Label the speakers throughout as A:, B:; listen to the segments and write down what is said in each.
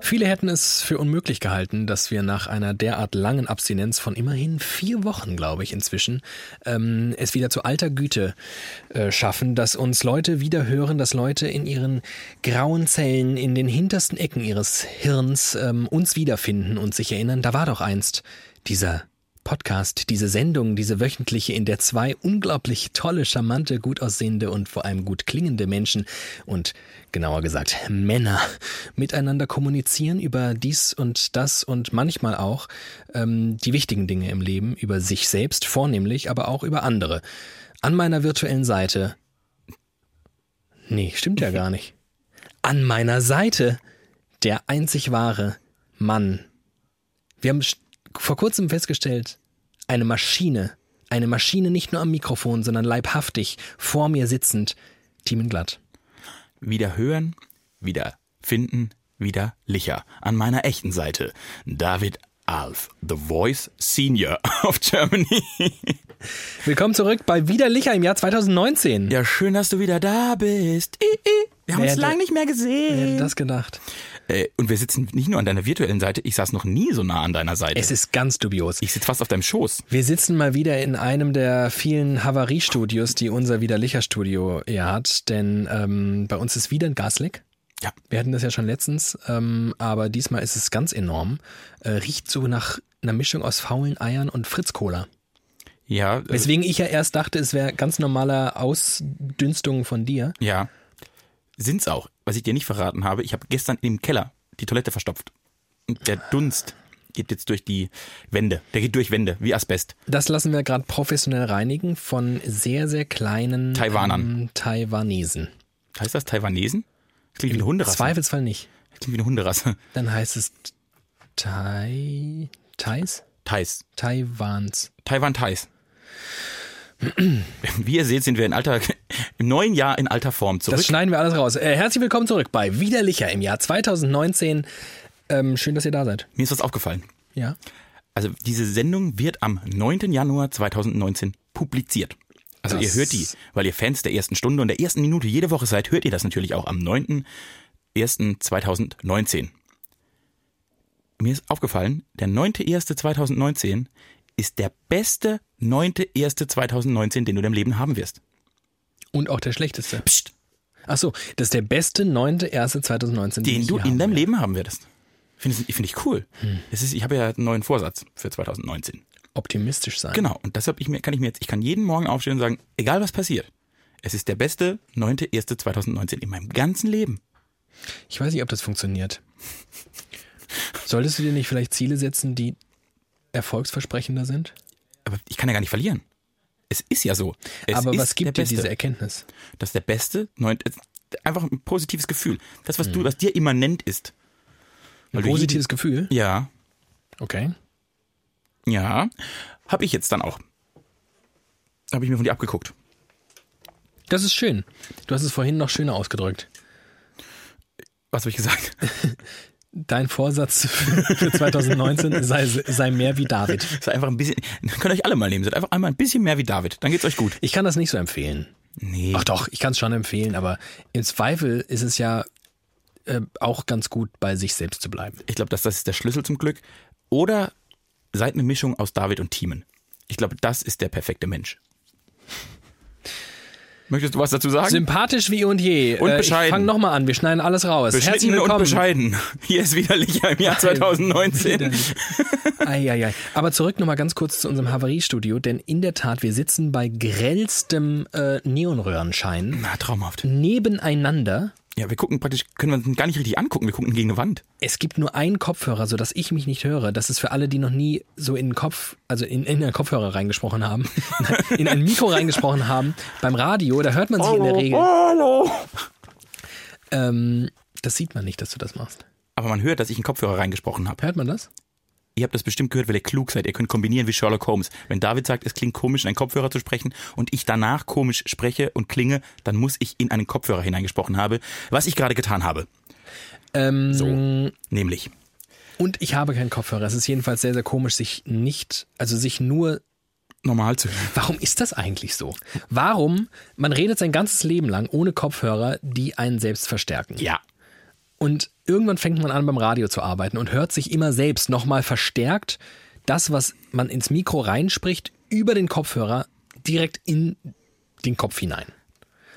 A: Viele hätten es für unmöglich gehalten, dass wir nach einer derart langen Abstinenz von immerhin vier Wochen, glaube ich, inzwischen, ähm, es wieder zu alter Güte äh, schaffen, dass uns Leute wieder hören, dass Leute in ihren grauen Zellen, in den hintersten Ecken ihres Hirns ähm, uns wiederfinden und sich erinnern, da war doch einst dieser Podcast, diese Sendung, diese wöchentliche, in der zwei unglaublich tolle, charmante, gut aussehende und vor allem gut klingende Menschen und genauer gesagt Männer miteinander kommunizieren über dies und das und manchmal auch ähm, die wichtigen Dinge im Leben, über sich selbst vornehmlich, aber auch über andere. An meiner virtuellen Seite. Nee, stimmt ja gar nicht. An meiner Seite der einzig wahre Mann. Wir haben vor kurzem festgestellt, eine Maschine, eine Maschine nicht nur am Mikrofon, sondern leibhaftig vor mir sitzend, Thiemen glatt.
B: Wieder hören, wieder finden, wieder Licher. An meiner echten Seite David Alf, The Voice Senior of Germany.
A: Willkommen zurück bei Wieder Licher im Jahr 2019.
B: Ja, schön, dass du wieder da bist. I, I. Wir haben
A: Wer
B: uns
A: hätte-
B: lange nicht mehr
A: Wer hätte
B: gesehen.
A: das gedacht?
B: Äh, und wir sitzen nicht nur an deiner virtuellen Seite, ich saß noch nie so nah an deiner Seite.
A: Es ist ganz dubios.
B: Ich sitze fast auf deinem Schoß.
A: Wir sitzen mal wieder in einem der vielen Havariestudios, die unser Widerlicher-Studio eher hat, denn ähm, bei uns ist wieder ein Gasleck.
B: Ja.
A: Wir hatten das ja schon letztens, ähm, aber diesmal ist es ganz enorm. Äh, riecht so nach einer Mischung aus faulen Eiern und Fritz-Cola.
B: Ja, äh,
A: Weswegen ich ja erst dachte, es wäre ganz normale Ausdünstung von dir.
B: ja. Sind's auch. Was ich dir nicht verraten habe, ich habe gestern im Keller die Toilette verstopft. Und der Dunst geht jetzt durch die Wände. Der geht durch Wände, wie Asbest.
A: Das lassen wir gerade professionell reinigen von sehr, sehr kleinen
B: Taiwanern.
A: Ähm, Taiwanesen.
B: Heißt das Taiwanesen? Klingt wie eine
A: Im
B: Hunderasse.
A: Zweifelsfall nicht.
B: Klingt wie eine Hunderasse.
A: Dann heißt es Tai. Thais?
B: Thais.
A: Taiwans.
B: Taiwan Thais. Wie ihr seht, sind wir in alter, im neuen Jahr in alter Form
A: Das
B: zurück.
A: schneiden wir alles raus. Äh, herzlich willkommen zurück bei Widerlicher im Jahr 2019. Ähm, schön, dass ihr da seid.
B: Mir ist was aufgefallen.
A: Ja.
B: Also diese Sendung wird am 9. Januar 2019 publiziert. Also
A: Das-
B: ihr hört die, weil ihr Fans der ersten Stunde und der ersten Minute jede Woche seid, hört ihr das natürlich auch am 9.1.2019. Mir ist aufgefallen, der 9.1.2019 ist der beste 9.1.2019, den du in deinem Leben haben wirst.
A: Und auch der schlechteste.
B: Psst,
A: Achso, das ist der beste 9.1.2019.
B: den
A: ich
B: du
A: habe. Hm.
B: in deinem Leben haben wirst. Finde find ich cool. Das ist, ich habe ja einen neuen Vorsatz für 2019.
A: Optimistisch sein.
B: Genau, und deshalb ich mir, kann ich mir jetzt, ich kann jeden Morgen aufstehen und sagen, egal was passiert, es ist der beste 9.1.2019 in meinem ganzen Leben.
A: Ich weiß nicht, ob das funktioniert. Solltest du dir nicht vielleicht Ziele setzen, die erfolgsversprechender sind?
B: Aber ich kann ja gar nicht verlieren. Es ist ja so. Es
A: Aber
B: ist
A: was gibt dir
B: der
A: diese
B: beste,
A: Erkenntnis?
B: Das ist der beste, neun, es- einfach ein positives Gefühl. Das, was
A: Mhm.
B: du, was dir immanent ist.
A: Ein
B: Weil du
A: positives Gefühl?
B: Jeden, ja,
A: Okay.
B: ja, habe ich jetzt dann auch. Habe ich mir von dir abgeguckt.
A: Das ist schön. Du hast es vorhin noch schöner ausgedrückt.
B: Was habe ich gesagt?
A: Dein Vorsatz für für 2019 sei, sei mehr wie David.
B: Seid einfach ein bisschen, könnt euch alle mal nehmen. Seid einfach einmal ein bisschen mehr wie David. Dann geht's euch gut.
A: Ich kann das nicht so empfehlen.
B: Nee.
A: Ach doch, ich kann es schon empfehlen, aber im Zweifel ist es ja äh, auch ganz gut, bei sich selbst zu bleiben.
B: Ich glaube, das, das ist der Schlüssel zum Glück. Oder seid eine Mischung aus David und Thiemen. Ich glaube, das ist der perfekte Mensch. Möchtest du was dazu sagen?
A: Sympathisch wie und je. Äh,
B: Und bescheiden.
A: Ich fang nochmal an, wir schneiden alles raus. Herzlich
B: Beschnitten und
A: willkommen.
B: bescheiden. Hier ist wieder Licher im Jahr 2019.
A: Widerlich. Eieiei. Aber zurück nochmal ganz kurz zu unserem Havariestudio, denn in der Tat, wir sitzen bei grellstem äh, Neonröhrenschein
B: Na, traumhaft.
A: nebeneinander.
B: Ja, wir gucken praktisch, können wir uns gar nicht richtig angucken. Wir gucken gegen eine Wand.
A: Es gibt nur einen Kopfhörer, sodass ich mich nicht höre. Das ist für alle, die noch nie so in den Kopf, also in, in einen Kopfhörer reingesprochen haben, Nein, in ein Mikro reingesprochen haben. Beim Radio, da hört man sich in der Regel.
B: Hallo.
A: Ähm, das sieht man nicht, dass du das machst.
B: Aber man hört, dass ich einen Kopfhörer reingesprochen habe.
A: Hört man das?
B: Ihr habt das bestimmt gehört, weil ihr klug seid. Ihr könnt kombinieren wie Sherlock Holmes. Wenn David sagt, es klingt komisch, in einen Kopfhörer zu sprechen und ich danach komisch spreche und klinge, dann muss ich in einen Kopfhörer hineingesprochen habe, was ich gerade getan habe.
A: Ähm,
B: So. Nämlich.
A: Und ich habe keinen Kopfhörer. Es ist jedenfalls sehr, sehr komisch, sich nicht, also sich nur.
B: Normal zu.
A: Warum ist das eigentlich so? Warum? Man redet sein ganzes Leben lang ohne Kopfhörer, die einen selbst verstärken.
B: Ja.
A: Und irgendwann fängt man an, beim Radio zu arbeiten und hört sich immer selbst nochmal verstärkt das, was man ins Mikro reinspricht, über den Kopfhörer direkt in den Kopf hinein.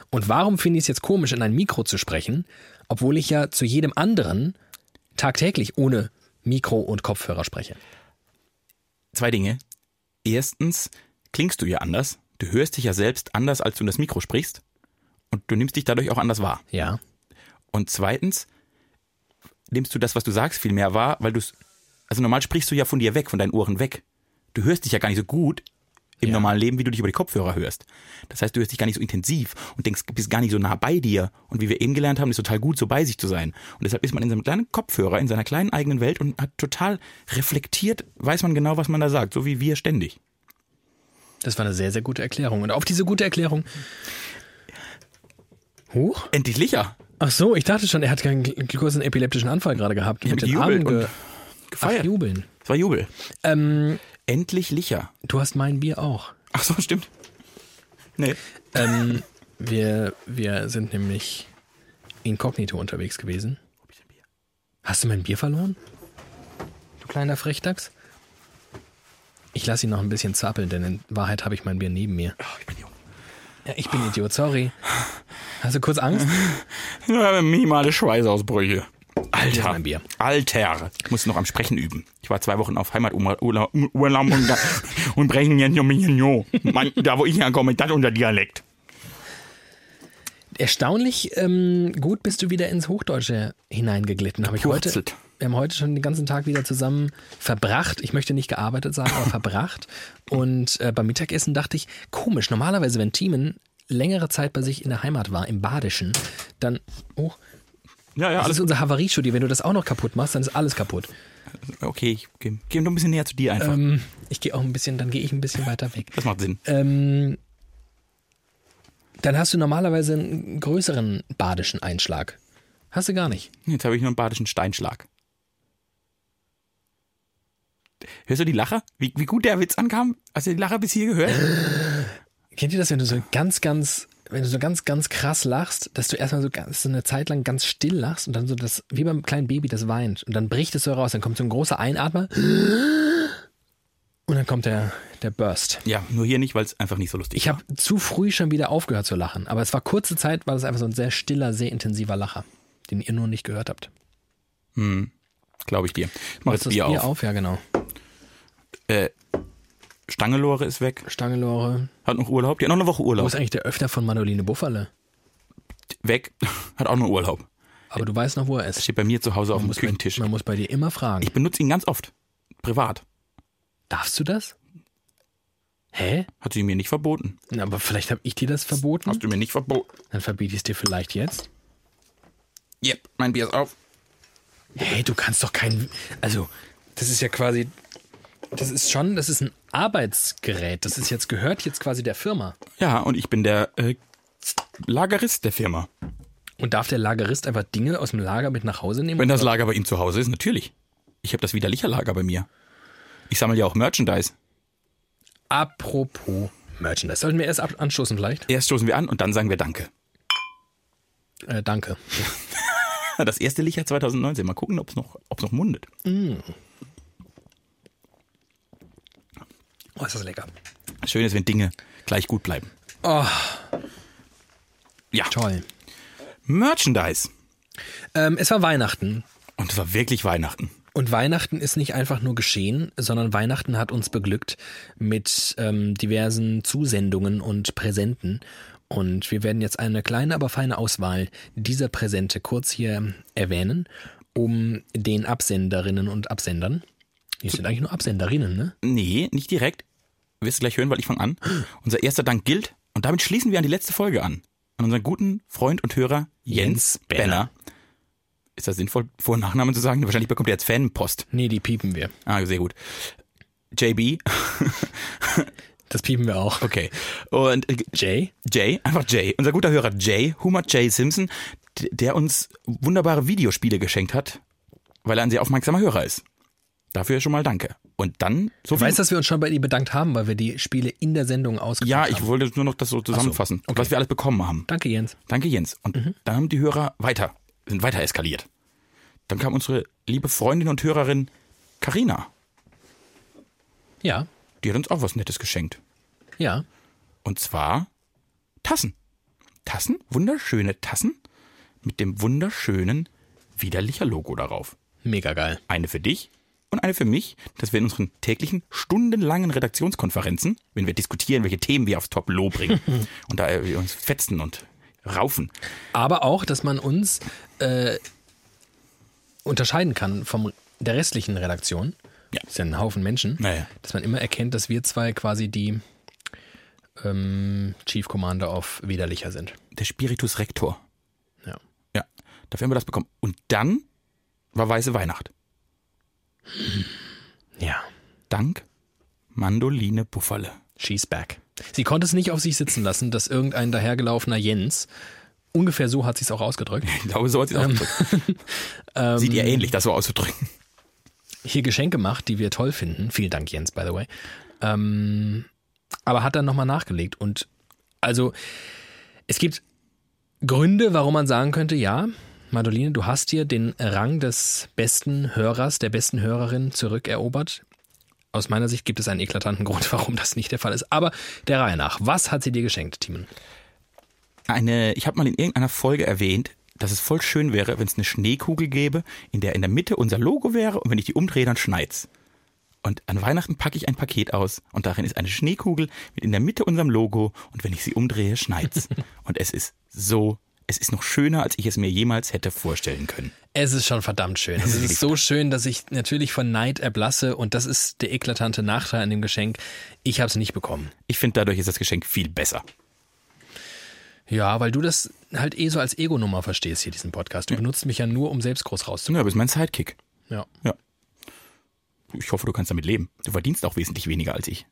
A: Und warum finde ich es jetzt komisch, in ein Mikro zu sprechen, obwohl ich ja zu jedem anderen tagtäglich ohne Mikro und Kopfhörer spreche?
B: Zwei Dinge. Erstens klingst du ja anders. Du hörst dich ja selbst anders, als du in das Mikro sprichst. Und du nimmst dich dadurch auch anders wahr.
A: Ja.
B: Und zweitens nimmst du das, was du sagst, viel mehr wahr, weil du es. Also normal sprichst du ja von dir weg, von deinen Ohren weg. Du hörst dich ja gar nicht so gut im
A: Ja.
B: normalen Leben, wie du dich über die Kopfhörer hörst. Das heißt, du hörst dich gar nicht so intensiv und denkst, bist gar nicht so nah bei dir. Und wie wir eben gelernt haben, ist total gut, so bei sich zu sein. Und deshalb ist man in seinem kleinen Kopfhörer, in seiner kleinen eigenen Welt und hat total reflektiert, weiß man genau, was man da sagt, so wie wir ständig.
A: Das war eine sehr, sehr gute Erklärung. Und auf diese gute Erklärung. Huch?
B: Endlich Licher.
A: Ach so, ich dachte schon, er hat keinen kurzen epileptischen Anfall gerade gehabt. mit
B: mit
A: den
B: Jubel
A: Armen ge
B: und
A: Ach,
B: Gefeiert.
A: jubeln.
B: Es war Jubel.
A: Ähm,
B: Endlich Licher.
A: du hast mein Bier auch.
B: Ach so, stimmt. Nee.
A: Ähm, wir, wir sind nämlich inkognito unterwegs gewesen. Hast du mein Bier verloren? Du kleiner Frechdachs? Ich lasse ihn noch ein bisschen zappeln, denn in Wahrheit habe ich mein Bier neben mir.
B: Oh, ich bin jung.
A: Ja, ich bin Idiot, sorry. Hast du kurz Angst?
B: Ja, minimale Schweißausbrüche.
A: Hier ist
B: Alter.
A: mein Bier.
B: Alter. Ich muss noch am Sprechen üben. Ich war zwei Wochen auf Heimaturlaub um, Urlaub und, und brechen jetzt um mich in Jo. Mann, Da, wo ich herkomme, das unter Dialekt.
A: Erstaunlich ähm, gut bist du wieder ins Hochdeutsche hineingeglitten. Habe ich heute,
B: Gewurzelt.
A: wir haben heute schon den ganzen Tag wieder zusammen verbracht. Ich möchte nicht gearbeitet sagen, aber verbracht. Und äh, beim Mittagessen dachte ich, komisch, normalerweise, wenn Thiemen längere Zeit bei sich in der Heimat war, im Badischen, dann, oh,
B: Ja, ja,
A: das ist
B: alles
A: unser Havariestudio. Wenn du das auch noch kaputt machst, dann ist alles kaputt.
B: okay. Ich gehe geh noch ein bisschen näher zu dir einfach.
A: Ähm, ich gehe auch ein bisschen, dann gehe ich ein bisschen weiter weg.
B: Das macht Sinn.
A: Ähm, dann hast du normalerweise einen größeren badischen Einschlag. Hast du gar nicht.
B: Jetzt habe ich nur einen badischen Steinschlag. Hörst du die Lacher? Wie, wie gut der Witz ankam? Hast du die Lacher bis hier gehört?
A: Kennt ihr das, wenn du so ganz, ganz, wenn du so ganz, ganz krass lachst, dass du erstmal so, ganz, so eine Zeit lang ganz still lachst und dann so das, wie beim kleinen Baby, das weint. Und dann bricht es so raus, dann kommt so ein großer Einatmer und dann kommt der, der Burst.
B: Ja, nur hier nicht, weil es einfach nicht so lustig
A: Ich habe zu früh schon wieder aufgehört zu lachen, aber es war kurze Zeit, war das einfach so ein sehr stiller, sehr intensiver Lacher, den ihr nur nicht gehört habt.
B: glaube ich dir. Ich mache
A: Machst
B: jetzt
A: du
B: Bier auf.
A: Ja, genau.
B: Äh, Stangelore ist weg.
A: Stangelore.
B: Hat noch Urlaub. Die hat noch eine Woche
A: Wo
B: Urlaub.
A: ist eigentlich der Öfter von Manoline Bufferle?
B: weg, hat auch nur Urlaub.
A: Aber du weißt noch, wo er ist.
B: Steht bei mir zu Hause auf dem
A: Muss man,
B: Küchentisch.
A: man muss bei dir immer fragen.
B: Ich benutze ihn ganz oft. Privat.
A: Darfst du das? Hä?
B: Hat sie mir nicht verboten.
A: Na, aber vielleicht habe ich dir das verboten.
B: Hast du mir nicht verboten.
A: Dann verbiete ich es dir vielleicht jetzt.
B: Yep, mein Bier ist auf.
A: Hey, du kannst doch kein. Also, das ist ja quasi. Das ist schon, das ist ein Arbeitsgerät. Das ist jetzt gehört jetzt quasi der Firma.
B: Ja, und ich bin der äh, Lagerist der Firma.
A: Und darf der Lagerist einfach Dinge aus dem Lager mit nach Hause nehmen?
B: Wenn das Lager bei ihm zu Hause ist, natürlich. Ich habe das widerliche Lager bei mir. Ich sammle ja auch Merchandise.
A: Apropos Merchandise. Sollten wir erst ab anstoßen vielleicht?
B: Erst stoßen wir an und dann sagen wir Danke.
A: Äh, danke.
B: Das erste Licher 2019. Mal gucken, ob es noch, ob's noch mundet.
A: Oh, ist das lecker.
B: Schön ist, wenn Dinge gleich gut bleiben.
A: Oh,
B: Ja.
A: toll.
B: Merchandise.
A: Ähm, es war Weihnachten.
B: Und es war wirklich Weihnachten.
A: Und Weihnachten ist nicht einfach nur geschehen, sondern Weihnachten hat uns beglückt mit ähm, diversen Zusendungen und Präsenten. Und wir werden jetzt eine kleine, aber feine Auswahl dieser Präsente kurz hier erwähnen, um den Absenderinnen und Absendern. Hier sind eigentlich nur Absenderinnen, ne?
B: Nee, nicht direkt. Wirst du gleich hören, weil ich fange an. Unser erster Dank gilt und damit schließen wir an die letzte Folge an. An unseren guten Freund und Hörer Jens,
A: Jens
B: Benner. Ist das sinnvoll, Vor- und Nachnamen zu sagen? Wahrscheinlich bekommt er jetzt Fanpost.
A: Nee, die piepen wir.
B: Ah, sehr gut. JB,
A: Das piepen wir auch.
B: okay. Und äh,
A: Jay?
B: Jay, einfach Jay. Unser guter Hörer Jay, Humor Jay Simpson, d- der uns wunderbare Videospiele geschenkt hat, weil er ein sehr aufmerksamer Hörer ist. Dafür schon mal danke. Und dann, so
A: Du
B: viel-
A: weißt, dass wir uns schon bei ihr bedankt haben, weil wir die Spiele in der Sendung ausgepackt
B: ja,
A: haben.
B: ich wollte nur noch das so zusammenfassen, was wir alles bekommen haben.
A: Danke, Jens.
B: Danke, Jens. Und dann haben die Hörer weiter, sind weiter eskaliert. Dann kam unsere liebe Freundin und Hörerin Karina.
A: Ja,
B: Die hat uns auch was Nettes geschenkt.
A: ja.
B: Und zwar Tassen. Tassen, wunderschöne Tassen mit dem wunderschönen widerlicher Logo darauf.
A: Mega geil.
B: Eine für dich und eine für mich, dass wir in unseren täglichen stundenlangen Redaktionskonferenzen, wenn wir diskutieren, welche Themen wir aufs Top-Low bringen und da äh, wir uns fetzen und raufen.
A: Aber auch, dass man uns äh, unterscheiden kann vom der restlichen Redaktion.
B: Ja.
A: Das ist ja ein Haufen Menschen.
B: Naja.
A: Dass man immer erkennt, dass wir zwei quasi die ähm, Chief Commander auf Widerlicher sind.
B: Der Spiritus Rector.
A: Ja.
B: Ja, dafür haben wir das bekommen. Und dann war Weiße Weihnacht.
A: Ja.
B: Dank Mandoline Buffalle.
A: She's back. Sie konnte es nicht auf sich sitzen lassen, dass irgendein dahergelaufener Jens, ungefähr so hat sie es auch ausgedrückt,
B: Ich glaube, so hat sie es ausgedrückt. Sieht ihr ähnlich, das so auszudrücken.
A: hier Geschenke macht, die wir toll finden. Vielen Dank, Jens, by the way. Ähm, aber hat dann nochmal nachgelegt. Und also, es gibt Gründe, warum man sagen könnte, ja, Madeline, du hast dir den Rang des besten Hörers, der besten Hörerin zurückerobert. Aus meiner Sicht gibt es einen eklatanten Grund, warum das nicht der Fall ist. Aber der Reihe nach, was hat sie dir geschenkt, Timon?
B: Eine, ich habe mal in irgendeiner Folge erwähnt, dass es voll schön wäre, wenn es eine Schneekugel gäbe, in der in der Mitte unser Logo wäre und wenn ich die umdrehe, dann schneit's. Und an Weihnachten packe ich ein Paket aus und darin ist eine Schneekugel mit in der Mitte unserem Logo und wenn ich sie umdrehe, schneit's. und es ist so, es ist noch schöner, als ich es mir jemals hätte vorstellen können.
A: Es ist schon verdammt schön. Also es ist so schön, dass ich natürlich von Neid erblasse und das ist der eklatante Nachteil an dem Geschenk. Ich habe es nicht bekommen.
B: Ich finde, dadurch ist das Geschenk viel besser.
A: Ja, weil du das halt eh so als Ego-Nummer verstehst hier, diesen Podcast. Du benutzt mich ja nur, um selbst groß rauszukommen.
B: Ja, aber ist mein Sidekick.
A: Ja.
B: Ja. Ich hoffe, du kannst damit leben. Du verdienst auch wesentlich weniger als ich.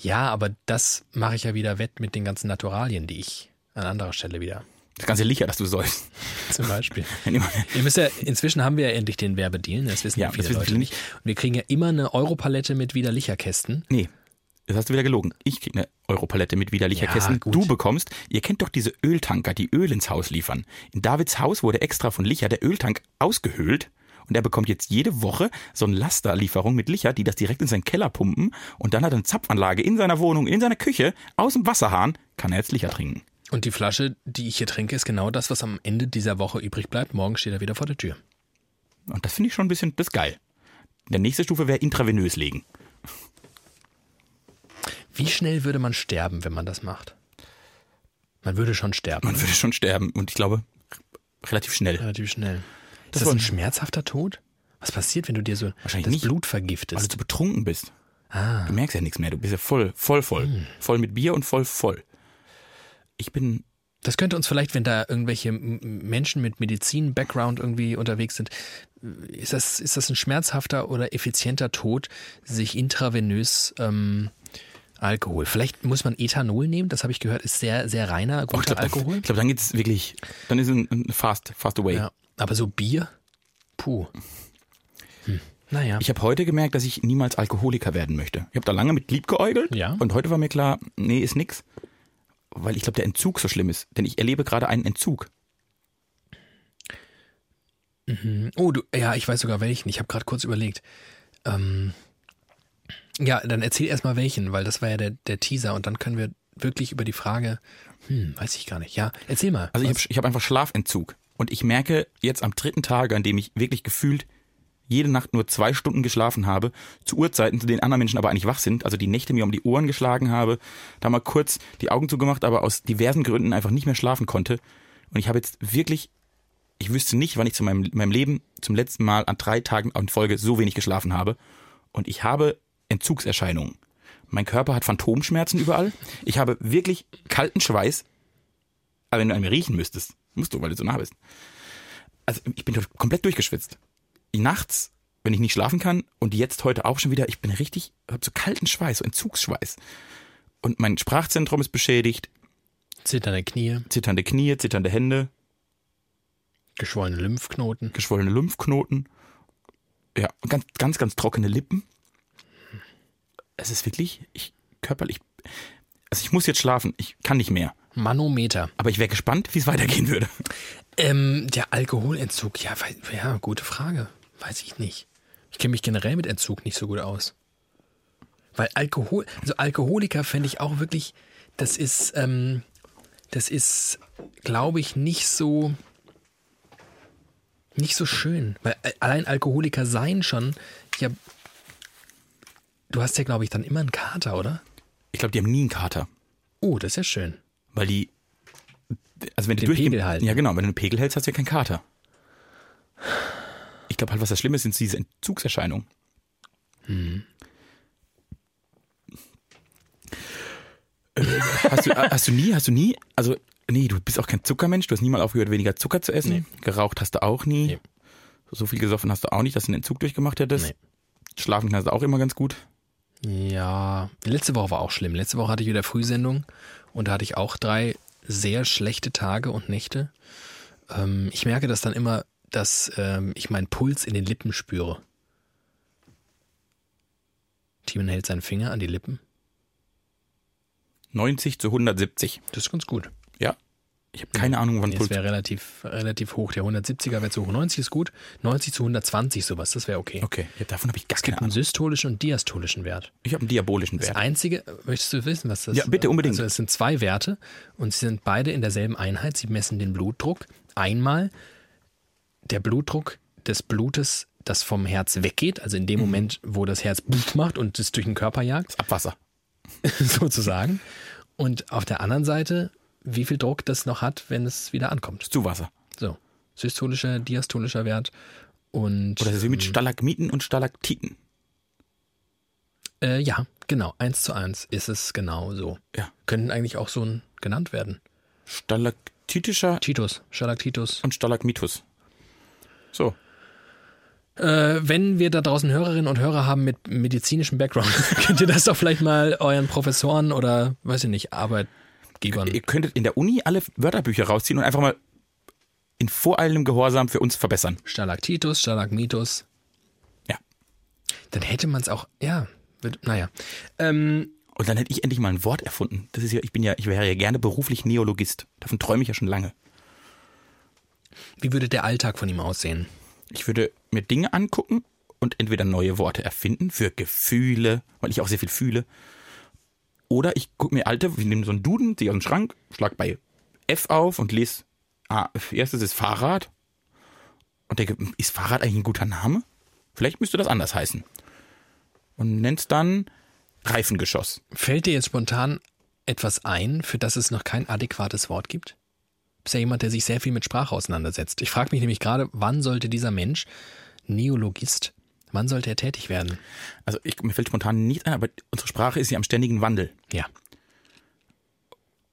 A: ja, aber das mache ich ja wieder wett mit den ganzen Naturalien, die ich an anderer Stelle wieder.
B: Das ganze Licher, das du sollst.
A: Zum Beispiel.
B: Wenn immer-
A: Ihr müsst ja, inzwischen haben wir ja endlich den Werbedeal, ne? das wissen
B: Ja,
A: ja, viele
B: das wissen
A: Leute
B: viele
A: nicht. Und wir kriegen ja immer eine Europalette mit Widerlicherkästen.
B: Nee, das hast du wieder gelogen. Ich krieg eine Europalette mit widerlicher
A: Ja,
B: Kästen.
A: gut.
B: Du bekommst, ihr kennt doch diese Öltanker, die Öl ins Haus liefern. In Davids Haus wurde extra von Licher der Öltank ausgehöhlt. Und er bekommt jetzt jede Woche so eine Lasterlieferung mit Licher, die das direkt in seinen Keller pumpen. Und dann hat er eine Zapfanlage in seiner Wohnung, in seiner Küche, aus dem Wasserhahn, kann er jetzt Licher trinken.
A: Und die Flasche, die ich hier trinke, ist genau das, was am Ende dieser Woche übrig bleibt. Morgen steht er wieder vor der Tür.
B: Und das finde ich schon ein bisschen, das ist geil. Der nächste Stufe wäre intravenös legen.
A: Wie schnell würde man sterben, wenn man das macht? Man würde schon sterben.
B: Man würde schon sterben und ich glaube, relativ schnell.
A: Relativ schnell.
B: Das
A: ist das
B: war-
A: ein schmerzhafter Tod? Was passiert, wenn du dir so das
B: Wahrscheinlich nicht.
A: Blut
B: Weil du
A: vergiftest?
B: zu betrunken bist.
A: Ah.
B: Du merkst ja nichts mehr. Du bist ja voll, voll, voll.
A: Hm.
B: Voll mit Bier und voll, voll. Ich bin,
A: Das könnte uns vielleicht, wenn da irgendwelche M- M- Menschen mit Medizin-Background irgendwie unterwegs sind, ist das, ist das ein schmerzhafter oder effizienter Tod, sich intravenös ähm, Alkohol? Vielleicht muss man Ethanol nehmen, das habe ich gehört, ist sehr, sehr reiner, guter
B: ich glaube, dann,
A: Alkohol.
B: ich glaub, dann geht's wirklich, dann ist ein, ein fast, fast away.
A: Ja. Aber so Bier? Puh. Hm. Naja.
B: Ich habe heute gemerkt, dass ich niemals Alkoholiker werden möchte. Ich habe da lange mit lieb geäugelt
A: Ja.
B: und heute war mir klar, nee, ist nix. Weil ich glaube, der Entzug so schlimm ist. Denn ich erlebe gerade einen Entzug.
A: Oh, du, ja, ich weiß sogar welchen. Ich habe gerade kurz überlegt. Ähm, ja, dann erzähl erstmal welchen, weil das war ja der, der Teaser und dann können wir wirklich über die Frage, hm, weiß ich gar nicht. Ja, erzähl mal.
B: Also ich
A: Was-
B: habe ich hab einfach Schlafentzug. Und ich merke jetzt am dritten Tag, an dem ich wirklich gefühlt jede Nacht nur zwei Stunden geschlafen habe, zu Uhrzeiten, zu denen andere Menschen aber eigentlich wach sind, also die Nächte mir um die Ohren geschlagen habe, da mal kurz die Augen zugemacht, aber aus diversen Gründen einfach nicht mehr schlafen konnte. Und ich habe jetzt wirklich, ich wüsste nicht, wann ich zu meinem, meinem Leben zum letzten Mal an drei Tagen in Folge so wenig geschlafen habe. Und ich habe Entzugserscheinungen. Mein Körper hat Phantomschmerzen überall. Ich habe wirklich kalten Schweiß, aber wenn du an mir riechen müsstest, musst du, weil du so nah bist. Also ich bin komplett durchgeschwitzt. Nachts, wenn ich nicht schlafen kann und jetzt heute auch schon wieder, ich bin richtig, hab so kalten Schweiß, so Entzugsschweiß. Und mein Sprachzentrum ist beschädigt,
A: zitternde Knie.
B: zitternde Knie, zitternde Hände.
A: Geschwollene Lymphknoten.
B: geschwollene Lymphknoten, ja, ganz, ganz, ganz trockene Lippen. Es ist wirklich, ich körperlich, also ich muss jetzt schlafen, ich kann nicht mehr.
A: Manometer.
B: Aber ich wäre gespannt, wie es weitergehen würde.
A: Ähm, der Alkoholentzug, ja, wei- ja, gute Frage. Weiß ich nicht. Ich kenne mich generell mit Entzug nicht so gut aus. Weil Alkohol, also Alkoholiker fände ich auch wirklich, das ist, ähm, das ist, glaube ich, nicht so, nicht so schön. Weil a- allein Alkoholiker sein schon, ja, du hast ja, glaube ich, dann immer einen Kater, oder?
B: Ich glaube, die haben nie einen Kater,
A: Oh, das ist ja schön.
B: weil die, also wenn die
A: Den
B: durchgehen,
A: Pegel halten.
B: ja genau, wenn du einen Pegel hältst, hast du ja keinen Kater. Ich glaube halt, was das Schlimme ist, sind diese Entzugserscheinungen. Hm. Äh, Hast du, hast du nie, hast du nie, also nee, du bist auch kein Zuckermensch, du hast nie mal aufgehört, weniger Zucker zu essen. Geraucht hast du auch nie.
A: Nee.
B: So viel gesoffen hast du auch nicht, dass du einen Entzug durchgemacht hättest.
A: Nee.
B: Schlafen hast du auch immer ganz gut.
A: Ja, letzte Woche war auch schlimm. Letzte Woche hatte ich wieder Frühsendung und da hatte ich auch drei sehr schlechte Tage und Nächte. Ähm, ich merke das dann immer, dass ähm, ich meinen Puls in den Lippen spüre. Timon hält seinen Finger an die Lippen.
B: 90 zu 170.
A: Das ist ganz gut.
B: Ja. Ich habe keine Ahnung, wann
A: Nee, das
B: Puls.
A: wäre relativ, relativ hoch. Der 170er wäre zu hoch. 90 ist gut. 90 zu 120 sowas, das wäre okay.
B: Okay, ja, davon habe ich gar keine
A: Einen
B: Ahnung.
A: systolischen und diastolischen Wert.
B: Ich habe einen diabolischen
A: Das
B: Wert.
A: einzige, möchtest du wissen, was das
B: Ja, bitte, unbedingt.
A: Also es sind zwei Werte und sie sind beide in derselben Einheit. Sie messen den Blutdruck. Einmal der Blutdruck des Blutes, das vom Herz weggeht, also in
B: Mhm.
A: dem Moment, wo das Herz Blut macht und es durch den Körper jagt,
B: Abwasser.
A: sozusagen. Und auf der anderen Seite, wie viel Druck das noch hat, wenn es wieder ankommt.
B: Zuwasser.
A: So. Systolischer, diastolischer Wert. Und
B: Oder das ist wie mit Stalagmiten und Stalaktiten.
A: äh, ja, genau, eins zu eins ist es genau so.
B: Ja.
A: Könnten eigentlich auch so ein, genannt werden.
B: Stalaktitischer
A: Titus, Stalaktitus.
B: und Stalagmitus. So.
A: Äh, wenn wir da draußen Hörerinnen und Hörer haben mit medizinischem Background, könnt ihr das doch vielleicht mal euren Professoren oder, weiß ich nicht, Arbeitgebern.
B: Ihr könntet in der Uni alle Wörterbücher rausziehen und einfach mal in voreilendem Gehorsam für uns verbessern.
A: Stalaktitus, Stalagmitus.
B: Ja.
A: Dann hätte man es auch, ja, wird, naja. Ähm,
B: Und dann hätte ich endlich mal ein Wort erfunden. Das ist ja, ich bin ja, ich wäre ja gerne beruflich Neologist. Davon träume ich ja schon lange.
A: wie würde der Alltag von ihm aussehen?
B: Ich würde mir Dinge angucken und entweder neue Worte erfinden für Gefühle, weil ich auch sehr viel fühle. Oder ich gucke mir alte, ich nehme so einen Duden, ziehe aus dem Schrank, schlag bei F auf und lese, ah, erstes ist Fahrrad. Und denke, hm, ist Fahrrad eigentlich ein guter Name? Vielleicht müsste das anders heißen. Und nennt es dann Reifengeschoss.
A: Fällt dir jetzt spontan etwas ein, für das es noch kein adäquates Wort gibt? Bist ja jemand, der sich sehr viel mit Sprache auseinandersetzt. Ich frage mich nämlich gerade, wann sollte dieser Mensch, Neologist, wann sollte er tätig werden?
B: Also ich, mir fällt spontan nichts ein, aber unsere Sprache ist ja am ständigen Wandel.
A: Ja.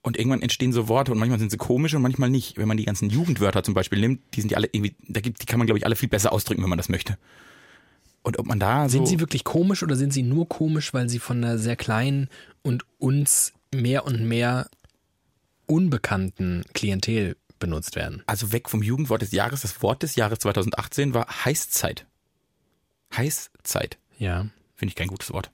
B: Und irgendwann entstehen so Worte und manchmal sind sie komisch und manchmal nicht. Wenn man die ganzen Jugendwörter zum Beispiel nimmt, die sind ja alle irgendwie, da gibt, die kann man glaube ich alle viel besser ausdrücken, wenn man das möchte. Und ob man da so,
A: Sind sie wirklich komisch oder sind sie nur komisch, weil sie von einer sehr kleinen und uns mehr und mehr unbekannten Klientel benutzt werden?
B: also weg vom Jugendwort des Jahres, das Wort des Jahres 2018 war Heißzeit. Heißzeit.
A: Ja.
B: Finde ich kein gutes Wort.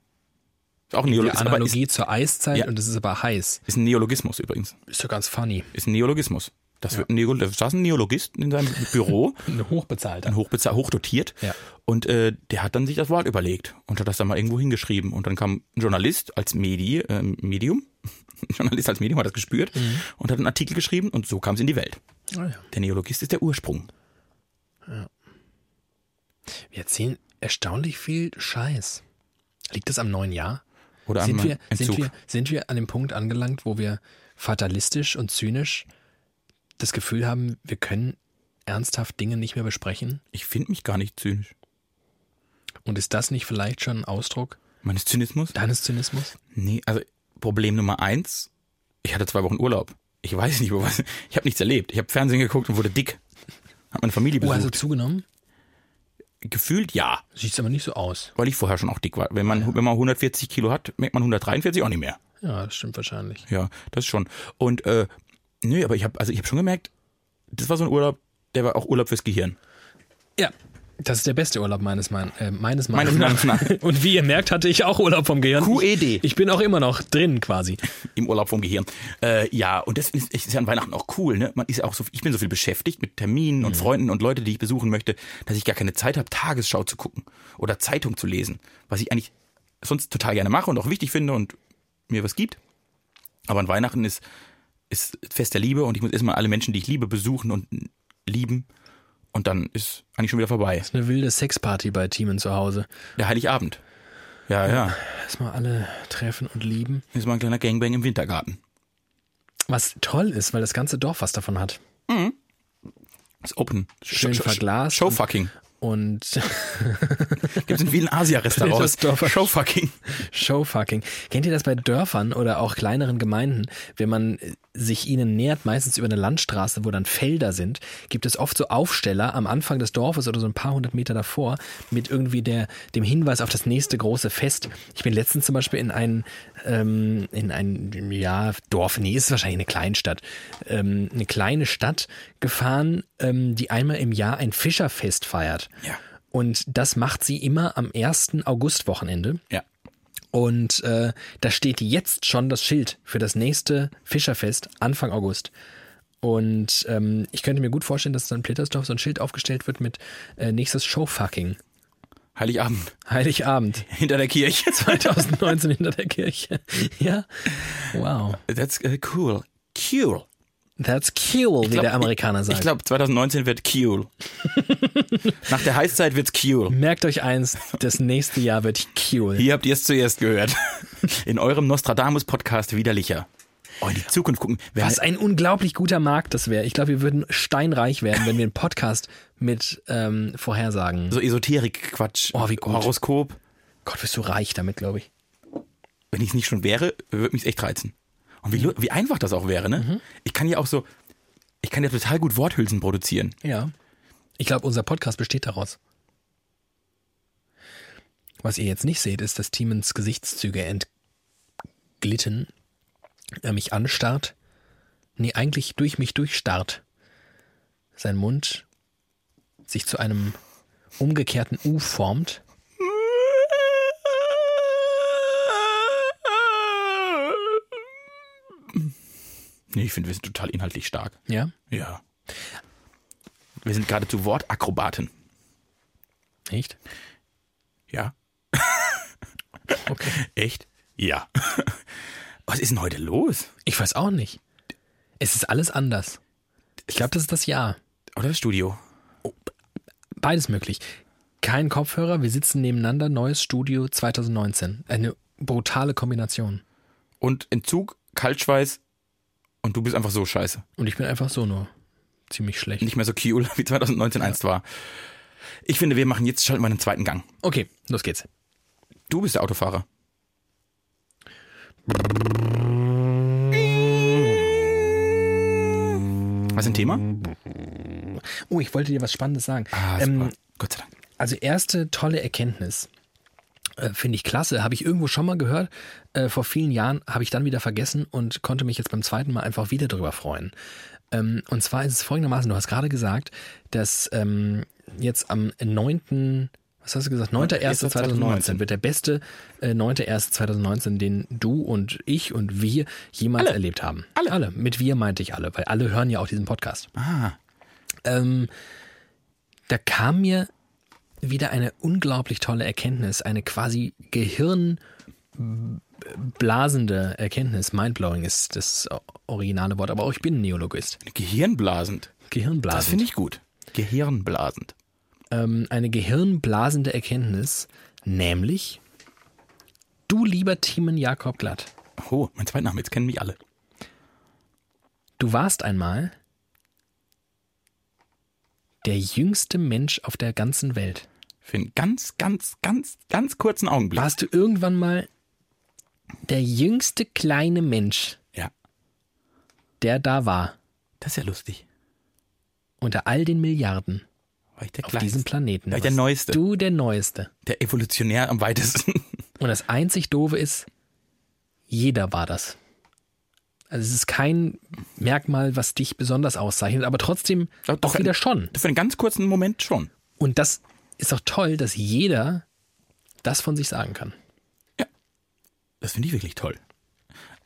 B: Ist auch ein
A: Die
B: Neologismus, aber ist,
A: Analogie zur Eiszeit
B: Ja.
A: und es ist aber heiß.
B: ist ein Neologismus übrigens.
A: Ist ja ganz funny.
B: Ist ein Neologismus. Das wird ein Neol da saß ein Neologist in seinem Büro,
A: Eine hochbezahlte.
B: dann hochbezahlt, hochdotiert.
A: Ja.
B: Und äh, der hat dann sich das Wort überlegt und hat das dann mal irgendwo hingeschrieben. Und dann kam ein Journalist als Medi, ähm, Medium, ein Journalist als Medium hat das gespürt
A: Mhm.
B: und hat einen Artikel geschrieben und so kam es in die Welt.
A: Oh ja.
B: Der Neologist ist der Ursprung.
A: Wir erzählen erstaunlich viel Scheiß. Liegt das am neuen Jahr?
B: Oder
A: Sind
B: am
A: wir,
B: Entzug.
A: sind, wir, sind wir an dem Punkt angelangt, wo wir fatalistisch und zynisch das Gefühl haben, wir können ernsthaft Dinge nicht mehr besprechen?
B: ich finde mich gar nicht zynisch.
A: Und ist das nicht vielleicht schon ein Ausdruck
B: Meines Zynismus?
A: deines Zynismus?
B: Nee, also Problem Nummer eins, ich hatte zwei Wochen Urlaub. Ich weiß nicht, wo was. Ich habe nichts erlebt. Ich habe Fernsehen geguckt und wurde dick. Hab meine Familie
A: Oh,
B: besucht.
A: also zugenommen?
B: Gefühlt ja,
A: Sieht aber nicht so aus.
B: weil ich vorher schon auch dick war. Wenn man, wenn man 140 Kilo hat, merkt man 143 auch nicht mehr.
A: Ja, das stimmt wahrscheinlich.
B: Ja, das schon. Und äh, nö, aber ich habe also ich habe schon gemerkt, das war so ein Urlaub, der war auch Urlaub fürs Gehirn.
A: Ja. Das ist der beste Urlaub meines, mein, äh, meines
B: Meines
A: Mannes.
B: Mannes. E
A: Und wie ihr merkt, hatte ich auch Urlaub vom Gehirn.
B: QED.
A: Ich bin auch immer noch drin quasi.
B: im Urlaub vom Gehirn. Äh, ja, und das ist, ist ja an Weihnachten auch cool. Ne? Man ist ja auch so, ich bin so viel beschäftigt mit Terminen und
A: Mhm.
B: Freunden und Leute, die ich besuchen möchte, dass ich gar keine Zeit habe, Tagesschau zu gucken oder Zeitung zu lesen, was ich eigentlich sonst total gerne mache und auch wichtig finde und mir was gibt. Aber an Weihnachten ist ist Fest der Liebe und ich muss erstmal alle Menschen, die ich liebe, besuchen und lieben. Und dann ist eigentlich schon wieder vorbei.
A: Eine wilde Sexparty bei Teamen zu Hause.
B: Der Heiligabend. Ja, ja.
A: Erstmal alle treffen und lieben.
B: Ist mal ein kleiner Gangbang im Wintergarten.
A: Was toll ist, weil das ganze Dorf was davon hat.
B: Ist open.
A: Schön
B: Sh- sh-
A: verglast.
B: Showfucking.
A: Und
B: Gibt es in vielen Asia-Restaurants.
A: Das Dorf-
B: Showfucking.
A: Showfucking. Kennt ihr das bei Dörfern oder auch kleineren Gemeinden? Wenn man äh, sich ihnen nähert, meistens über eine Landstraße, wo dann Felder sind, gibt es oft so Aufsteller am Anfang des Dorfes oder so ein paar hundert Meter davor mit irgendwie der, dem Hinweis auf das nächste große Fest. Ich bin letztens zum Beispiel in ein, ähm, in ein ja, Dorf, nee, ist wahrscheinlich eine Kleinstadt, ähm, eine kleine Stadt gefahren, ähm, die einmal im Jahr ein Fischerfest feiert.
B: Ja.
A: Und das macht sie immer am 1. Augustwochenende.
B: Ja.
A: Und äh, da steht jetzt schon das Schild für das nächste Fischerfest Anfang August. Und ähm, ich könnte mir gut vorstellen, dass dann Plittersdorf so ein Schild aufgestellt wird mit äh, nächstes Showfucking.
B: Heiligabend.
A: Heiligabend
B: Hinter der Kirche.
A: 2019 hinter der Kirche. ja. Wow.
B: That's äh, cool. Cool.
A: That's cool, wie
B: glaub,
A: der Amerikaner sagt.
B: Ich glaube, 2019 wird cool. Nach der Heißzeit wird's cool.
A: Merkt euch eins, das nächste Jahr wird cool.
B: Hier habt ihr es zuerst gehört. In eurem Nostradamus-Podcast widerlicher. Oh, in die Zukunft gucken. Wer-
A: Was ein unglaublich guter Markt das wäre. Ich glaube, wir würden steinreich werden, wenn wir einen Podcast mit ähm, Vorhersagen.
B: So Esoterik-Quatsch.
A: Oh, wie gut.
B: Horoskop.
A: Gott, wirst du reich damit, glaube ich.
B: wenn ich es nicht schon wäre, würde mich echt reizen. Und wie, lu- wie einfach das auch wäre, ne? Ich kann ja auch so, ich kann ja total gut Worthülsen produzieren.
A: Ja. Ich glaube, unser Podcast besteht daraus. Was ihr jetzt nicht seht, ist, dass Timens Gesichtszüge entglitten, er mich anstarrt, nee, eigentlich durch mich durchstarrt. Sein Mund sich zu einem umgekehrten U formt.
B: Nee, ich finde, wir sind total inhaltlich stark.
A: Ja?
B: Ja. Wir sind geradezu Wortakrobaten.
A: Nicht?
B: Ja.
A: Okay.
B: Echt? Ja. Was ist denn heute los?
A: Ich weiß auch nicht. Es ist alles anders. Ich glaube, das ist das Jahr.
B: Oder das Studio?
A: Beides möglich. Kein Kopfhörer, wir sitzen nebeneinander, neues Studio 2019. Eine brutale Kombination.
B: Und Entzug, Kaltschweiß und du bist einfach so scheiße.
A: Und ich bin einfach so nur ziemlich schlecht.
B: nicht mehr so cool wie 2019 einst war. Ich finde, wir machen jetzt schalten wir einen zweiten Gang.
A: Okay, los geht's.
B: Du bist der Autofahrer. Was ist ein Thema?
A: Oh, ich wollte dir was Spannendes sagen.
B: Ah, super.
A: ähm,
B: Gott sei Dank.
A: also erste tolle Erkenntnis. Äh, Finde ich klasse. Habe ich irgendwo schon mal gehört. Äh, vor vielen Jahren habe ich dann wieder vergessen und konnte mich jetzt beim zweiten Mal einfach wieder drüber freuen. Ähm, und zwar ist es folgendermaßen, du hast gerade gesagt, dass ähm, jetzt am 9., was hast du gesagt, 9.1.2019 wird der beste äh, 9.1.2019, den du und ich und wir jemals erlebt haben. Alle. alle. Mit wir meinte ich alle, weil alle hören ja auch diesen Podcast.
B: Ah,
A: Ähm, da kam mir wieder eine unglaublich tolle Erkenntnis, eine quasi gehirnblasende Erkenntnis. Mindblowing ist das originale Wort, aber auch ich bin ein Neologist.
B: gehirnblasend. Das
A: Gehirnblasend.
B: finde ich gut. Also Gehirnblasend.
A: Ähm, eine gehirnblasende Erkenntnis, nämlich du lieber Thiemen Jakob Glatt,
B: Oh, mein zweiter Name, jetzt kennen mich alle.
A: du warst einmal der jüngste Mensch auf der ganzen Welt.
B: Für einen ganz, ganz, ganz, ganz kurzen Augenblick.
A: Warst du irgendwann mal der jüngste kleine Mensch,
B: Ja,
A: der da war,
B: das ist ja lustig.
A: unter all den Milliarden
B: War ich der
A: auf
B: Kleinste?
A: diesem Planeten?
B: War ich der
A: warst
B: Neueste?
A: Du der Neueste.
B: Der Evolutionär am weitesten.
A: Und das einzig Doofe ist, jeder war das. Also es ist kein Merkmal, was dich besonders auszeichnet, aber trotzdem
B: Ja,
A: doch
B: für-
A: wieder schon.
B: Für einen ganz kurzen Moment schon.
A: Und das ist doch toll, dass jeder das von sich sagen kann.
B: Das finde ich wirklich toll.